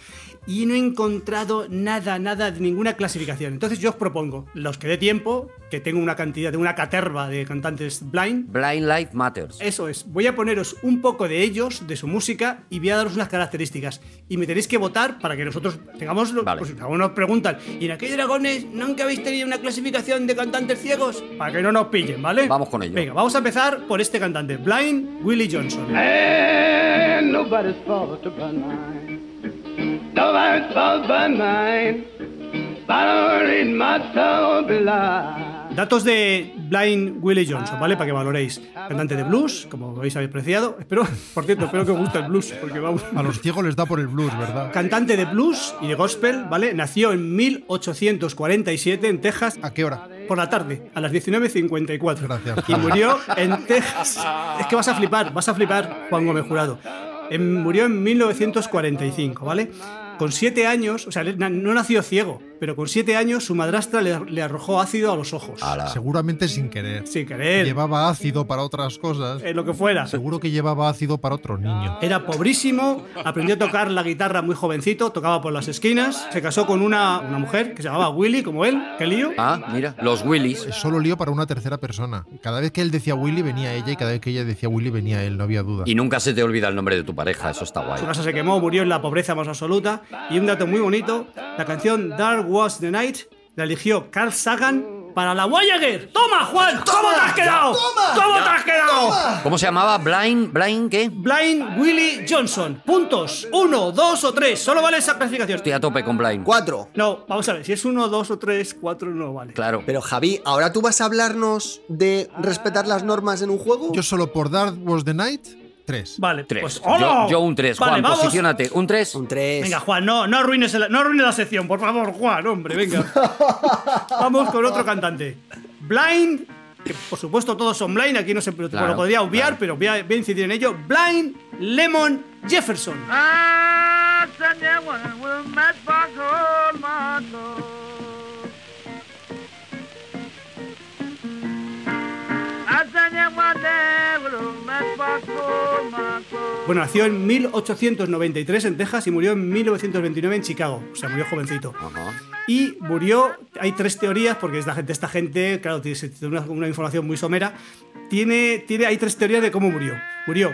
y no he encontrado nada, nada de ninguna clasificación. Entonces yo os propongo, los que dé tiempo, que tengo una cantidad, de una caterva de cantantes blind,
Blind Life Matters.
eso es, voy a poneros un poco de ellos, de su música, y voy a daros unas características. Y me tenéis que votar para que nosotros tengamos... lo-
Vale.
Pues algunos preguntan, ¿y en aquellos dragones nunca habéis tenido una clasificación de cantantes ciegos? Para que no nos pillen, ¿vale?
Vamos con ello.
Venga, vamos a empezar por este cantante, Blind Willie Johnson.
Ain't nobody's fault but mine. Nobody's fault but mine. But I don't need my soul be lied.
Datos de Blind Willie Johnson, ¿vale? Para que valoréis. Cantante de blues, como habéis apreciado. Espero, por cierto, espero que os guste el blues, porque vamos...
A los ciegos les da por el blues, ¿verdad?
Cantante de blues y de gospel, ¿vale? Nació en 1847 en Texas
¿A qué hora?
por la tarde, a las 19.54.
Gracias.
Y murió en Texas. Es que vas a flipar, vas a flipar, Juan Gómez Jurado. En- murió en 1945, ¿vale? Con siete años, o sea, na- no nació ciego, pero con siete años su madrastra le, le arrojó ácido a los ojos.
Ala.
Seguramente sin querer.
Sin querer,
Llevaba ácido para otras cosas.
eh, lo que fuera.
Seguro que llevaba ácido para otro niño.
Era pobrísimo, aprendió a tocar la guitarra muy jovencito, tocaba por las esquinas, se casó con una, una mujer que se llamaba Willy, como él, qué lío.
Ah, mira, los Willys.
Solo lío para una tercera persona. Cada vez que él decía Willy venía ella y cada vez que ella decía Willy venía él, no había duda.
Y nunca se te olvida el nombre de tu pareja, eso está guay.
Su casa se quemó, murió en la pobreza más absoluta. Y un dato muy bonito, la canción Dark Was the Night la eligió Carl Sagan para la Voyager. ¡Toma, Juan! ¿Cómo te has quedado? ¿Cómo te has quedado?
¿Cómo se llamaba? Blind, Blind, ¿qué?
Blind Willie Johnson. Puntos. Uno, dos o tres. Solo vale esa clasificación.
Estoy a tope con Blind.
Cuatro.
No, vamos a ver. Si es uno, dos o tres, cuatro no vale.
Claro.
Pero Javi, ¿ahora tú vas a hablarnos de respetar las normas en un juego?
Yo solo por Dark Was the Night, tres.
Vale,
Tres.
pues ¡hola!
yo, yo un tres.
Vale,
Juan,
vamos.
posicionate. Un tres.
Un tres.
Venga, Juan, no, no, arruines el- no arruines la sección, por favor, Juan, hombre, venga. Vamos con otro cantante. Blind, que por supuesto todos son blind, aquí no se lo
Claro,
podría
claro.
obviar, pero voy a, voy a incidir en ello. Blind Lemon Jefferson.
I said there was a matchbox on my door. I said there was a matchbox on my door.
Bueno, nació en 1893 en Texas y murió en 1929 en Chicago. O sea, murió jovencito. Y murió, hay tres teorías, porque esta gente, esta gente claro, tiene se- tiene una, una información muy somera. Tiene, tiene, hay tres teorías de cómo murió. Murió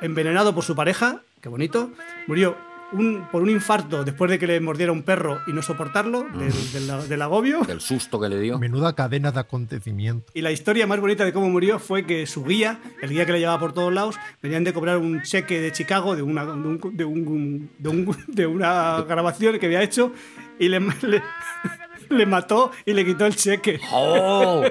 envenenado por su pareja, qué bonito. Murió un- por un infarto después de que le mordiera un perro y no soportarlo, del, del- del agobio.
Del susto que le dio.
Menuda cadena de acontecimientos.
Y la historia más bonita de cómo murió fue que su guía, el guía que le llevaba por todos lados, venían de cobrar un cheque de Chicago de una, de un- de un- de un- de una grabación que había hecho y le, le, le mató y le quitó el cheque.
¡Oh!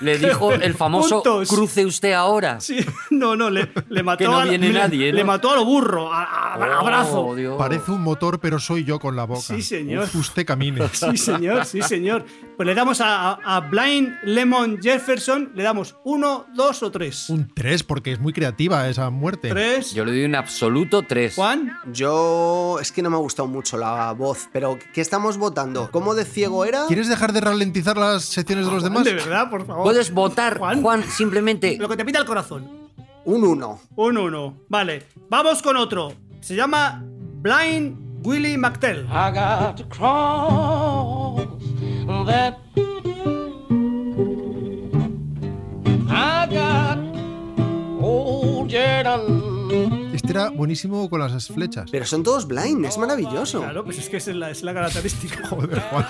Le dijo el famoso
Puntos.
cruce usted ahora.
Sí, no, no, le, le mató
Que no
a-
viene
le-
nadie, ¿no?
Le mató a lo burro, a, a- a brazo.
Oh, Dios.
Parece un motor, pero soy yo con la boca.
Sí, señor.
Uf, usted camine.
Sí, señor, sí, señor. Pues le damos a, a- a Blind Lemon Jefferson, le damos uno, dos o tres.
Un tres, porque es muy creativa esa muerte.
Tres.
Yo le doy un absoluto tres.
Juan.
Yo. Es que no me ha gustado mucho la voz, pero ¿qué estamos votando? ¿Cómo de ciego era?
¿Quieres dejar de ralentizar las secciones de los demás?
Ah, De verdad, por favor.
Puedes votar,
Juan.
Juan, simplemente.
Lo que te pita el corazón.
Un uno.
Un 1. Vale. Vamos con otro. Se llama Blind Willie McTell.
Ah.
I got to cross that. I got old Jordan.
Este era buenísimo con las flechas.
Pero son todos blind, es maravilloso.
Claro, pues es que esa es la, es la característica.
Joder, Juan.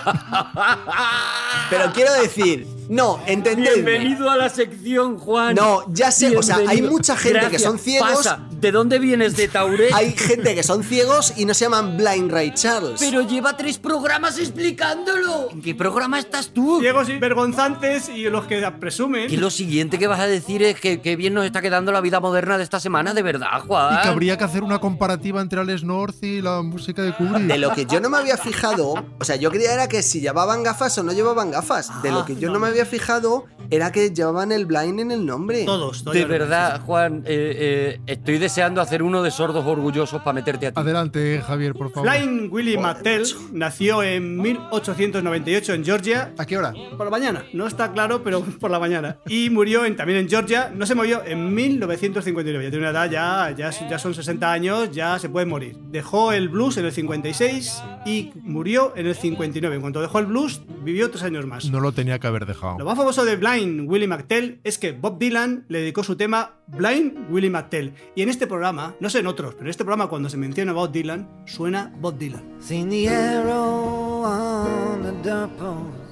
Pero quiero decir, no, entendedme.
Bienvenido a la sección, Juan.
No, ya sé, o sea, hay
Bienvenido.
mucha gente que
Gracias.
son ciegos.
Pasa. ¿De dónde vienes de Tauret?
Hay gente que son ciegos y no se llaman Blind Ray Charles.
Pero lleva tres programas explicándolo. ¿En qué programa estás tú?
Ciegos y vergonzantes y los que presumen.
Y lo siguiente que vas a decir es que, que bien nos está quedando la vida moderna de esta semana, de verdad, Juan.
Y que habría que hacer una comparativa entre Alex North y la música de Kubrick.
De lo que yo no me había fijado, o sea, yo creía era que si llevaban gafas o no llevaban gafas. De lo que yo no me había fijado era que llevaban el blind en el nombre.
Todos, todos.
De verdad, Juan, eh, eh, estoy deseando hacer uno de sordos orgullosos para meterte a ti.
Adelante, Javier, por favor.
Flying Willie Mattel nació en 1898 en Georgia.
¿A qué hora?
Por la mañana, no está claro, pero por la mañana. Y murió en- también en Georgia, no se movió, en 1959. Ya tiene una edad, ya, ya, ya son 60 años, ya se puede morir. Dejó el blues en el 56 y murió en el 59. En cuanto dejó el blues, vivió tres años más.
No lo tenía que haber
Lo
dejado.
más famoso de Blind Willie McTell es que Bob Dylan le dedicó su tema Blind Willie McTell. Y en este programa, no sé en otros, pero en este programa cuando se menciona Bob Dylan, suena Bob Dylan.
Seen the arrow on the doorpost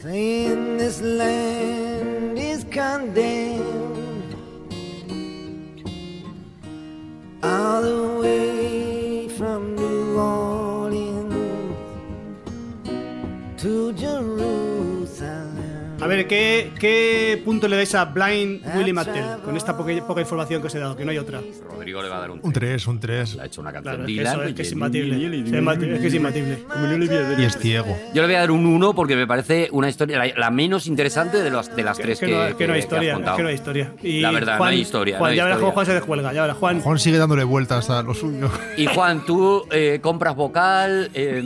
Saying this land is condemned All the way from New Orleans to Jerusalem
A ver, ¿qué, qué punto le dais a Blind Willie McTell? Con esta poca, poca información que os he dado, que no hay otra.
Rodrigo le va a dar
Un 3, un 3.
Le ha hecho una canción
Claro, es que
Dylan.
eso es que es
oye,
imbatible. Es imbatible, Es que es imbatible.
Y es ciego.
Yo le voy a dar un 1 porque me parece una historia la, la menos interesante de, las de las tres
Es
que,
que no, es que no hay
que- que has
historia, es
contado.
que no hay historia. Y
La verdad, no hay historia, no
Juan,
hay
ya verás
historia.
cómo Juan se descuelga, ya verás, Juan.
Juan sigue dándole vueltas a lo suyo.
Y Juan, tú eh, compras vocal. eh,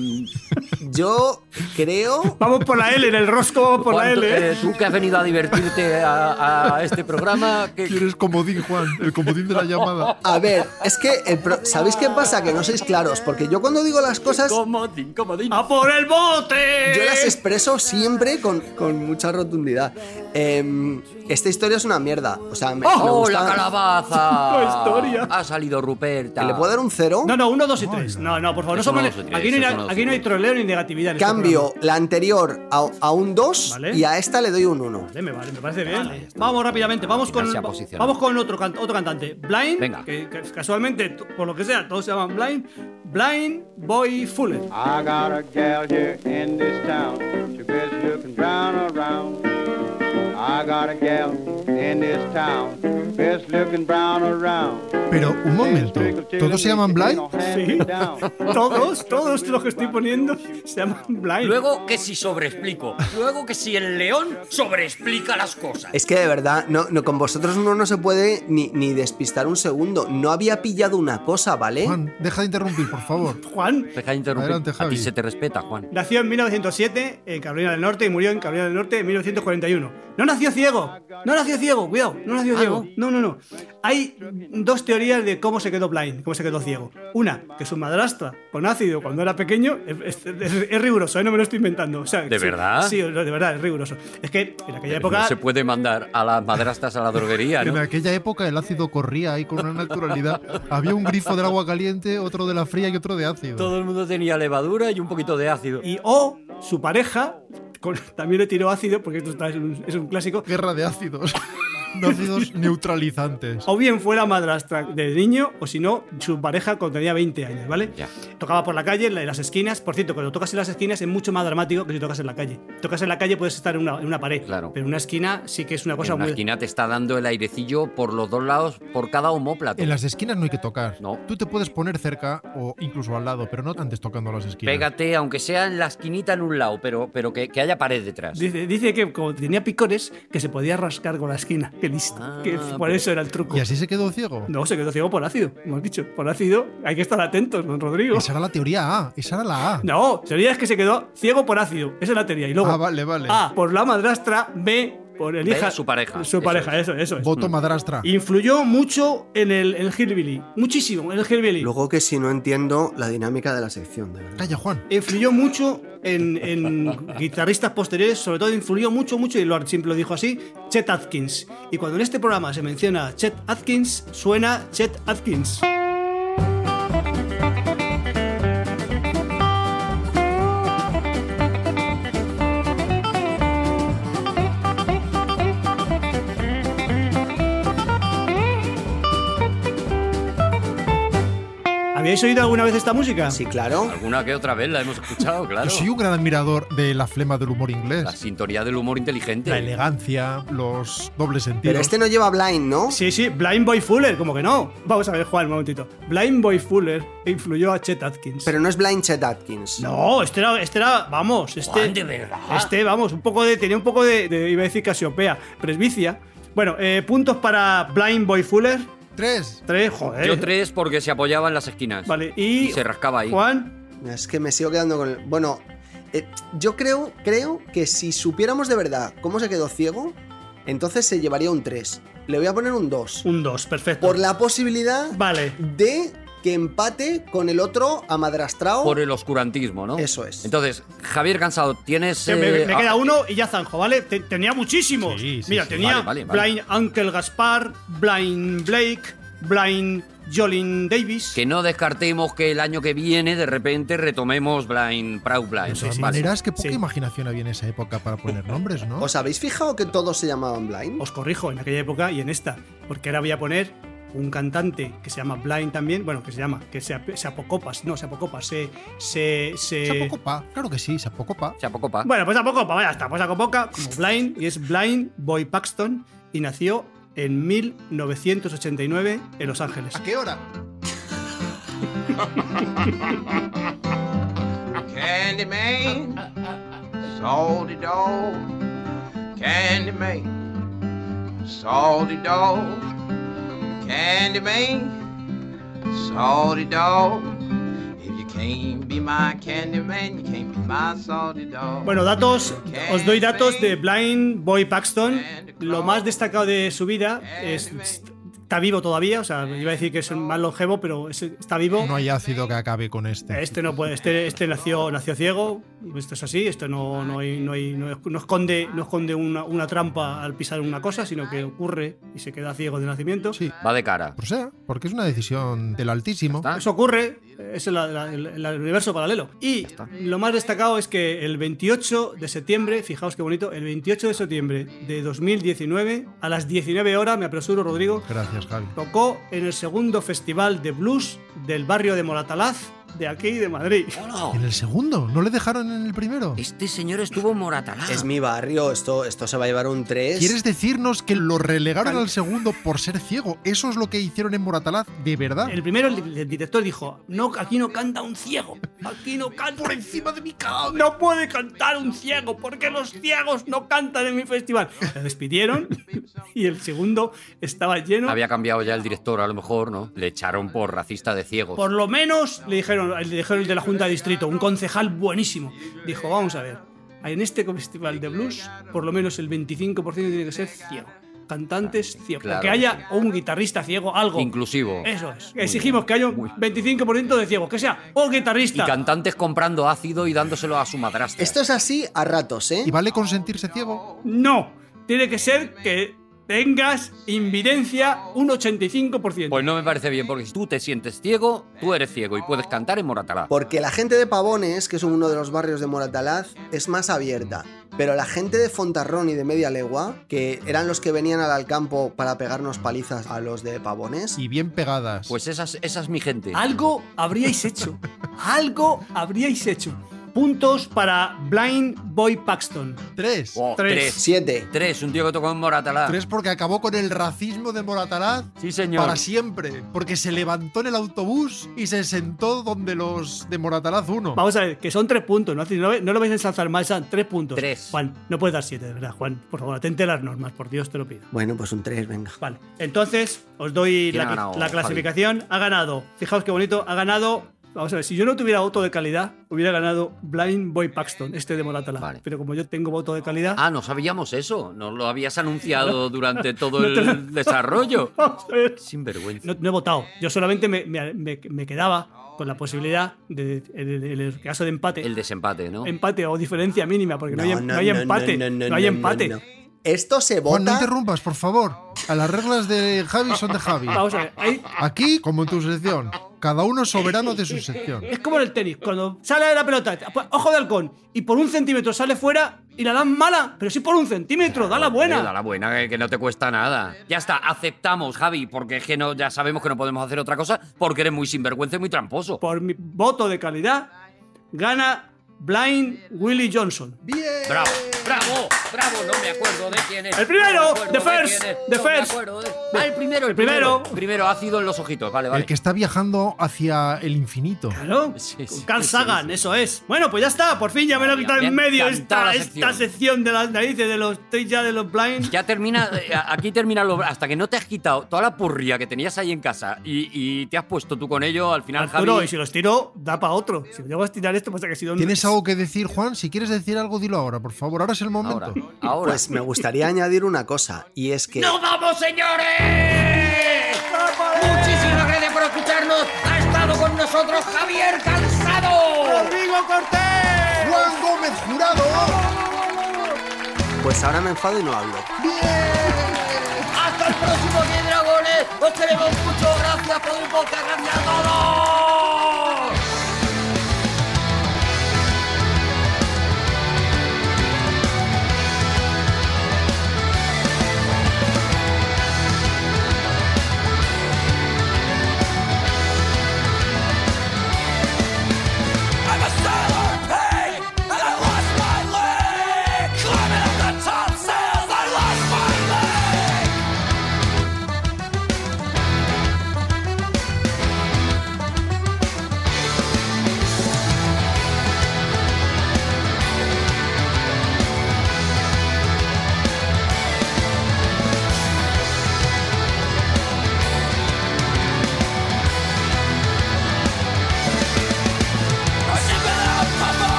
Yo creo.
Vamos por la L, en el rosco vamos por
Juan,
la
tú-
L.
eh,
¿eh?
tú que has venido a divertirte a, a este programa. que-
Quieres comodín, Juan. El comodín de la llamada.
A ver, es que el pro- ¿sabéis qué pasa? Que no sois claros, porque yo cuando digo las cosas, yo
Comodín, comodín.
¡A por el bote!
las expreso siempre con, con mucha rotundidad. Em, esta historia es una mierda. O sea, me, me
¡Oh,
gusta-
la calabaza!
La historia.
Ha salido Ruperta.
¿Le puedo dar un cero?
No, no, uno, dos y tres. No, no, por favor, no
Eso
somos.
no lo sé,
Aquí no
eso no
hay-
lo
aquí no
sé.
hay troleo ni negatividad. en este
Cambio
programa.
la anterior a, a un 2
Vale.
y a esta le doy un 1.
Vale, me, vale, me parece bien. Vamos rápidamente, vamos con,
Gracias,
va-
posición.
vamos con otro, can- otro cantante. Blind,
Venga.
Que, que casualmente, t- por lo que sea, todos se llaman Blind. Blind Boy Fuller.
I got a gal here in this town. She quits looking brown around. I got a gal in this town. Best looking brown around.
Pero un momento. ¿Todos se llaman Blind?
Sí. todos, todos los que estoy poniendo se llaman Blind.
Luego que si sobreexplico. Luego que si el león sobreexplica las cosas.
Es que de verdad, no, no, con vosotros uno no se puede ni, ni despistar un segundo. No había pillado una cosa, ¿vale?
Juan, deja de interrumpir, por favor.
Juan
Deja de interrumpir.
Adelante,
A
Javi.
ti se te respeta, Juan.
nació en 1907 en Carolina del Norte y murió en Carolina del Norte en 1941. No nació ciego, no nació ciego, cuidado, no
Ah,
nació ciego. No, no, no. Hay dos teorías de cómo se quedó blind, cómo se quedó ciego. Una, que su madrastra con ácido cuando era pequeño es, es- es- es riguroso, ¿eh? no me lo estoy inventando. O sea,
¿De
sí,
verdad?
Sí, no, de verdad, es riguroso. Es que en aquella
No
época.
se puede mandar a las madrastas a la droguería,
En
¿no?
aquella época el ácido corría ahí con una naturalidad. Había un grifo del agua caliente, otro de la fría y otro de ácido.
Todo el mundo tenía levadura y un poquito de ácido.
Y o su pareja con- también le tiró ácido, porque esto está- es un- es un clásico.
Guerra de ácidos. De ácidos neutralizantes.
O bien fue la madrastra del niño, o si no, su pareja cuando tenía 20 años, ¿vale?
Ya.
Tocaba por la calle, en la- en las esquinas. Por cierto, cuando tocas en las esquinas es mucho más dramático que si tocas en la calle. Tocas en la calle puedes estar en una, en una pared,
Claro.
pero en una esquina sí que es una cosa
en la
muy...
esquina te está dando el airecillo por los dos lados, por cada homóplato.
En las esquinas no hay que tocar.
No.
Tú te puedes poner cerca o incluso al lado, pero no antes tocando las esquinas.
Pégate, aunque sea en la esquinita en un lado, pero, pero que, que haya pared detrás.
Dice, dice que como tenía picores, que se podía rascar con la esquina. Qué listo.
Ah,
que por
pero-
eso era el truco.
¿Y así se quedó ciego?
No, se quedó ciego por ácido, como has dicho. Por ácido hay que estar atentos, don Rodrigo.
Esa era la teoría A. Esa era la A.
No, teoría es que se quedó ciego por ácido. Esa es la teoría. Y luego,
Ah, vale, vale.
A, por la madrastra, B, por el hija.
su pareja,
Su
eso
pareja, eso, eso es.
Voto madrastra.
Influyó mucho en el, en el Hillbilly. Muchísimo, en el Hillbilly.
Luego que si no entiendo la dinámica de la sección, de verdad.
Calla, Juan.
Influyó mucho en, en guitarristas posteriores, sobre todo influyó mucho, mucho, y Lord Simple lo dijo así, Chet Atkins. Y cuando en este programa se menciona a Chet Atkins, suena Chet Atkins. ¿Habéis oído alguna vez esta música?
Sí, claro.
Alguna que otra vez la hemos escuchado, claro.
Yo soy un gran admirador de la flema del humor inglés.
La sintonía del humor inteligente.
La elegancia, los dobles sentidos.
Pero este no lleva blind, ¿no?
Sí, sí, Blind Boy Fuller, como que no. Vamos a ver, Juan, un momentito. Blind Boy Fuller influyó a Chet Atkins.
Pero no es blind Chet Atkins.
no, este era, este era, vamos, este.
Juan, de verdad.
Este, vamos, un poco de. Tenía un poco de. de- iba a decir casiopea, presbicia. Bueno, eh, puntos para Blind Boy Fuller.
Tres.
Tres, joder.
Yo tres porque se apoyaba en las esquinas.
Eh. Vale, y.
Y se rascaba ahí.
Juan,
Es que me sigo quedando con el... Bueno, eh, yo creo, creo que si supiéramos de verdad cómo se quedó ciego, entonces se llevaría un 3. Le voy a poner un 2.
un dos, perfecto.
Por la posibilidad
Vale.
de que empate con el otro amadrastrao.
Por el oscurantismo, ¿no?
Eso es.
Entonces, Javier Cansado, tienes.
Me- me,
eh,
me
ah,
queda uno y ya zanjo, ¿vale? Te- tenía muchísimos.
Sí, sí,
Mira,
sí.
tenía
Vale, vale, vale.
Blind Uncle Gaspar, Blind Blake, Blind Jolin Davis.
Que no descartemos que el año que viene de repente retomemos Blind Proud Blind.
De todas
sí,
Vale.
maneras, que poca
Sí.
imaginación había en esa época para poner nombres, ¿no?
¿Os habéis fijado que todos se llamaban blind?
Os corrijo, en aquella época y en esta, porque ahora voy a poner un cantante que se llama Blind también, bueno, que se llama, que se, ap- se apocopas, no, se apocopas, se... se, se-
Sapocopa, claro que sí, Sapocopa.
Chapocopa.
Bueno, pues apocopa, vaya, está, pues apocopa, como Blind, y es Blind Boy Paxton, y nació en 1989 en Los Ángeles.
¿A qué hora?
Candyman, salty dog. Candyman, salty dog. Candyman, salty dog. If you can't be my Candyman, you can't be my salty dog.
Bueno, datos, os doy datos de Blind Boy Paxton. Lo más destacado de su vida es... Está vivo todavía, o sea, iba a decir que es el más longevo, pero es- está vivo.
No hay ácido que acabe con este.
Este no puede, este, este nació, nació ciego, esto es así, esto no, no, hay- no, hay- no- no esconde, no esconde una, una trampa al pisar una cosa, sino que ocurre y se queda ciego de nacimiento.
Sí.
Va de cara.
Por sea, porque es una decisión del altísimo.
Ya está.
Eso ocurre, es el, el- el universo paralelo. Y lo más destacado es que el 28 de septiembre, fijaos qué bonito, el 28 de septiembre de 2019, a las 19 horas, me apresuro Rodrigo,
Gracias, Javi.
tocó en el segundo festival de blues del barrio de Moratalaz, de aquí de Madrid.
Hola,
En el segundo, ¿no le dejaron en el primero?
Este señor estuvo en Moratalá.
Es mi barrio, esto, esto se va a llevar un 3.
¿Quieres decirnos que lo relegaron al segundo por ser ciego? ¿Eso es lo que hicieron en Moratalaz? ¿De verdad?
El primero, el, el director dijo: no, Aquí no canta un ciego. Aquí no canta. Por encima de mi cabeza. No puede cantar un ciego, porque los ciegos no cantan en mi festival. Le despidieron y el segundo estaba lleno.
Había cambiado ya el director, a lo mejor, ¿no? Le echaron por racista de ciegos.
Por lo menos le dijeron, le dijeron el de la Junta de Distrito, un concejal buenísimo. Dijo: Vamos a ver, en este festival de blues, por lo menos el 25% tiene que ser ciego. Cantantes ciegos.
Claro.
Que haya un guitarrista ciego, algo.
Inclusivo.
Eso es.
Muy
Exigimos
bien,
que haya
muy
un
bien.
25% de ciegos, que sea o
Y
guitarrista.
cantantes comprando ácido y dándoselo a su madrastra.
Esto es así a ratos, ¿eh?
¿Y vale consentirse ciego?
No, tiene que ser que tengas invidencia un 85%.
Pues no me parece bien, porque si tú te sientes ciego, tú eres ciego y puedes cantar en Moratalá.
Porque la gente de Pavones, que es uno de los barrios de Moratalaz, es más abierta. Pero la gente de Fontarrón y de Media Legua, que eran los que venían al Alcampo para pegarnos palizas a los de Pavones,
Y bien pegadas.
Pues esa es, esa es mi gente.
Algo habríais hecho. Algo habríais hecho. Puntos para Blind Boy Paxton.
tres.
Oh,
tres.
tres.
siete.
Tres, un tío que tocó en Moratalá.
Tres porque acabó con el racismo de Moratalaz
Sí, señor.
para siempre. Porque se levantó en el autobús y se sentó donde los de Moratalaz uno.
Vamos a ver, que son tres puntos. No, no, no lo vais a ensalzar más, son tres puntos.
Tres.
Juan, no puedes dar siete, de verdad, Juan. Por favor, atente a las normas, por Dios te lo pido.
Bueno, pues un 3, venga.
Vale, entonces os doy
¿Quién
la,
ha ganado,
la
Javi?
clasificación. Ha ganado, fijaos qué bonito, ha ganado Vamos a ver, si yo no tuviera voto de calidad, hubiera ganado Blind Boy Paxton, este de Moratala.
Vale.
Pero como yo tengo voto de calidad.
Ah, no sabíamos eso. Nos lo habías anunciado durante todo
no te lo-
el desarrollo.
Vamos a ver.
Sinvergüenza.
No, no he votado. Yo solamente me, me- me- me quedaba con la posibilidad de, de- de- en el caso de empate.
El desempate, ¿no?
Empate o diferencia mínima, porque no, hay, em- no hay empate. No, hay empate.
no. Esto se
Juan, no
vota.
interrumpas, por favor. A las reglas de Javi son de Javi.
Vamos a ver. hay-
Aquí, como en tu sección, cada uno soberano de su sección.
es como en el tenis. Cuando sale de la pelota, pues, ojo de halcón, y por un centímetro sale fuera y la dan mala, pero sí por un centímetro, da la
Eh, Da
buena.
la buena, que, que no te cuesta nada. Ya está, aceptamos, Javi, porque es que no, ya sabemos que no podemos hacer otra cosa porque eres muy sinvergüenza y muy tramposo.
Por mi voto de calidad, gana Blind Willie Johnson.
¡Bravo! ¡Bravo! ¡Bravo! No me acuerdo de quién es.
El primero,
No me acuerdo
the
de quién
first,
es,
the
no me
first.
acuerdo de- Ah, el primero, el
Primero.
primero. Primero, ácido en los ojitos. Vale, vale.
El que está viajando hacia el infinito.
Claro,
Sí,
con
sí,
Carl
sí,
Sagan,
sí.
eso es. Bueno, pues ya está, por fin ya me lo he
Vaya,
quitado
me
en
ha
medio
encantado
esta,
la sección.
esta sección de las narices de los tres ya de los blind.
Ya termina, eh, aquí termina lo. Hasta que no te has quitado toda la purria que tenías ahí en casa y, y te has puesto tú con ello, al final,
Arturo,
Javi.
y si los tiro, da para otro. Si me llego a estirar esto, pasa que ha sido un.
¿Tienes algo que decir, Juan? Si quieres decir algo, dilo ahora, por favor. Ahora es el momento.
Ahora, ahora.
Pues me gustaría añadir una cosa, y es que.
¡Nos vamos, señores! Muchísimas gracias por escucharnos. Ha estado con nosotros Javier Calzado.
¡Juan Gómez Jurado!
Pues ahora me enfado y no hablo.
Hasta el próximo 10 dragones. Os queremos mucho. Gracias por un podcast. Gracias a todos.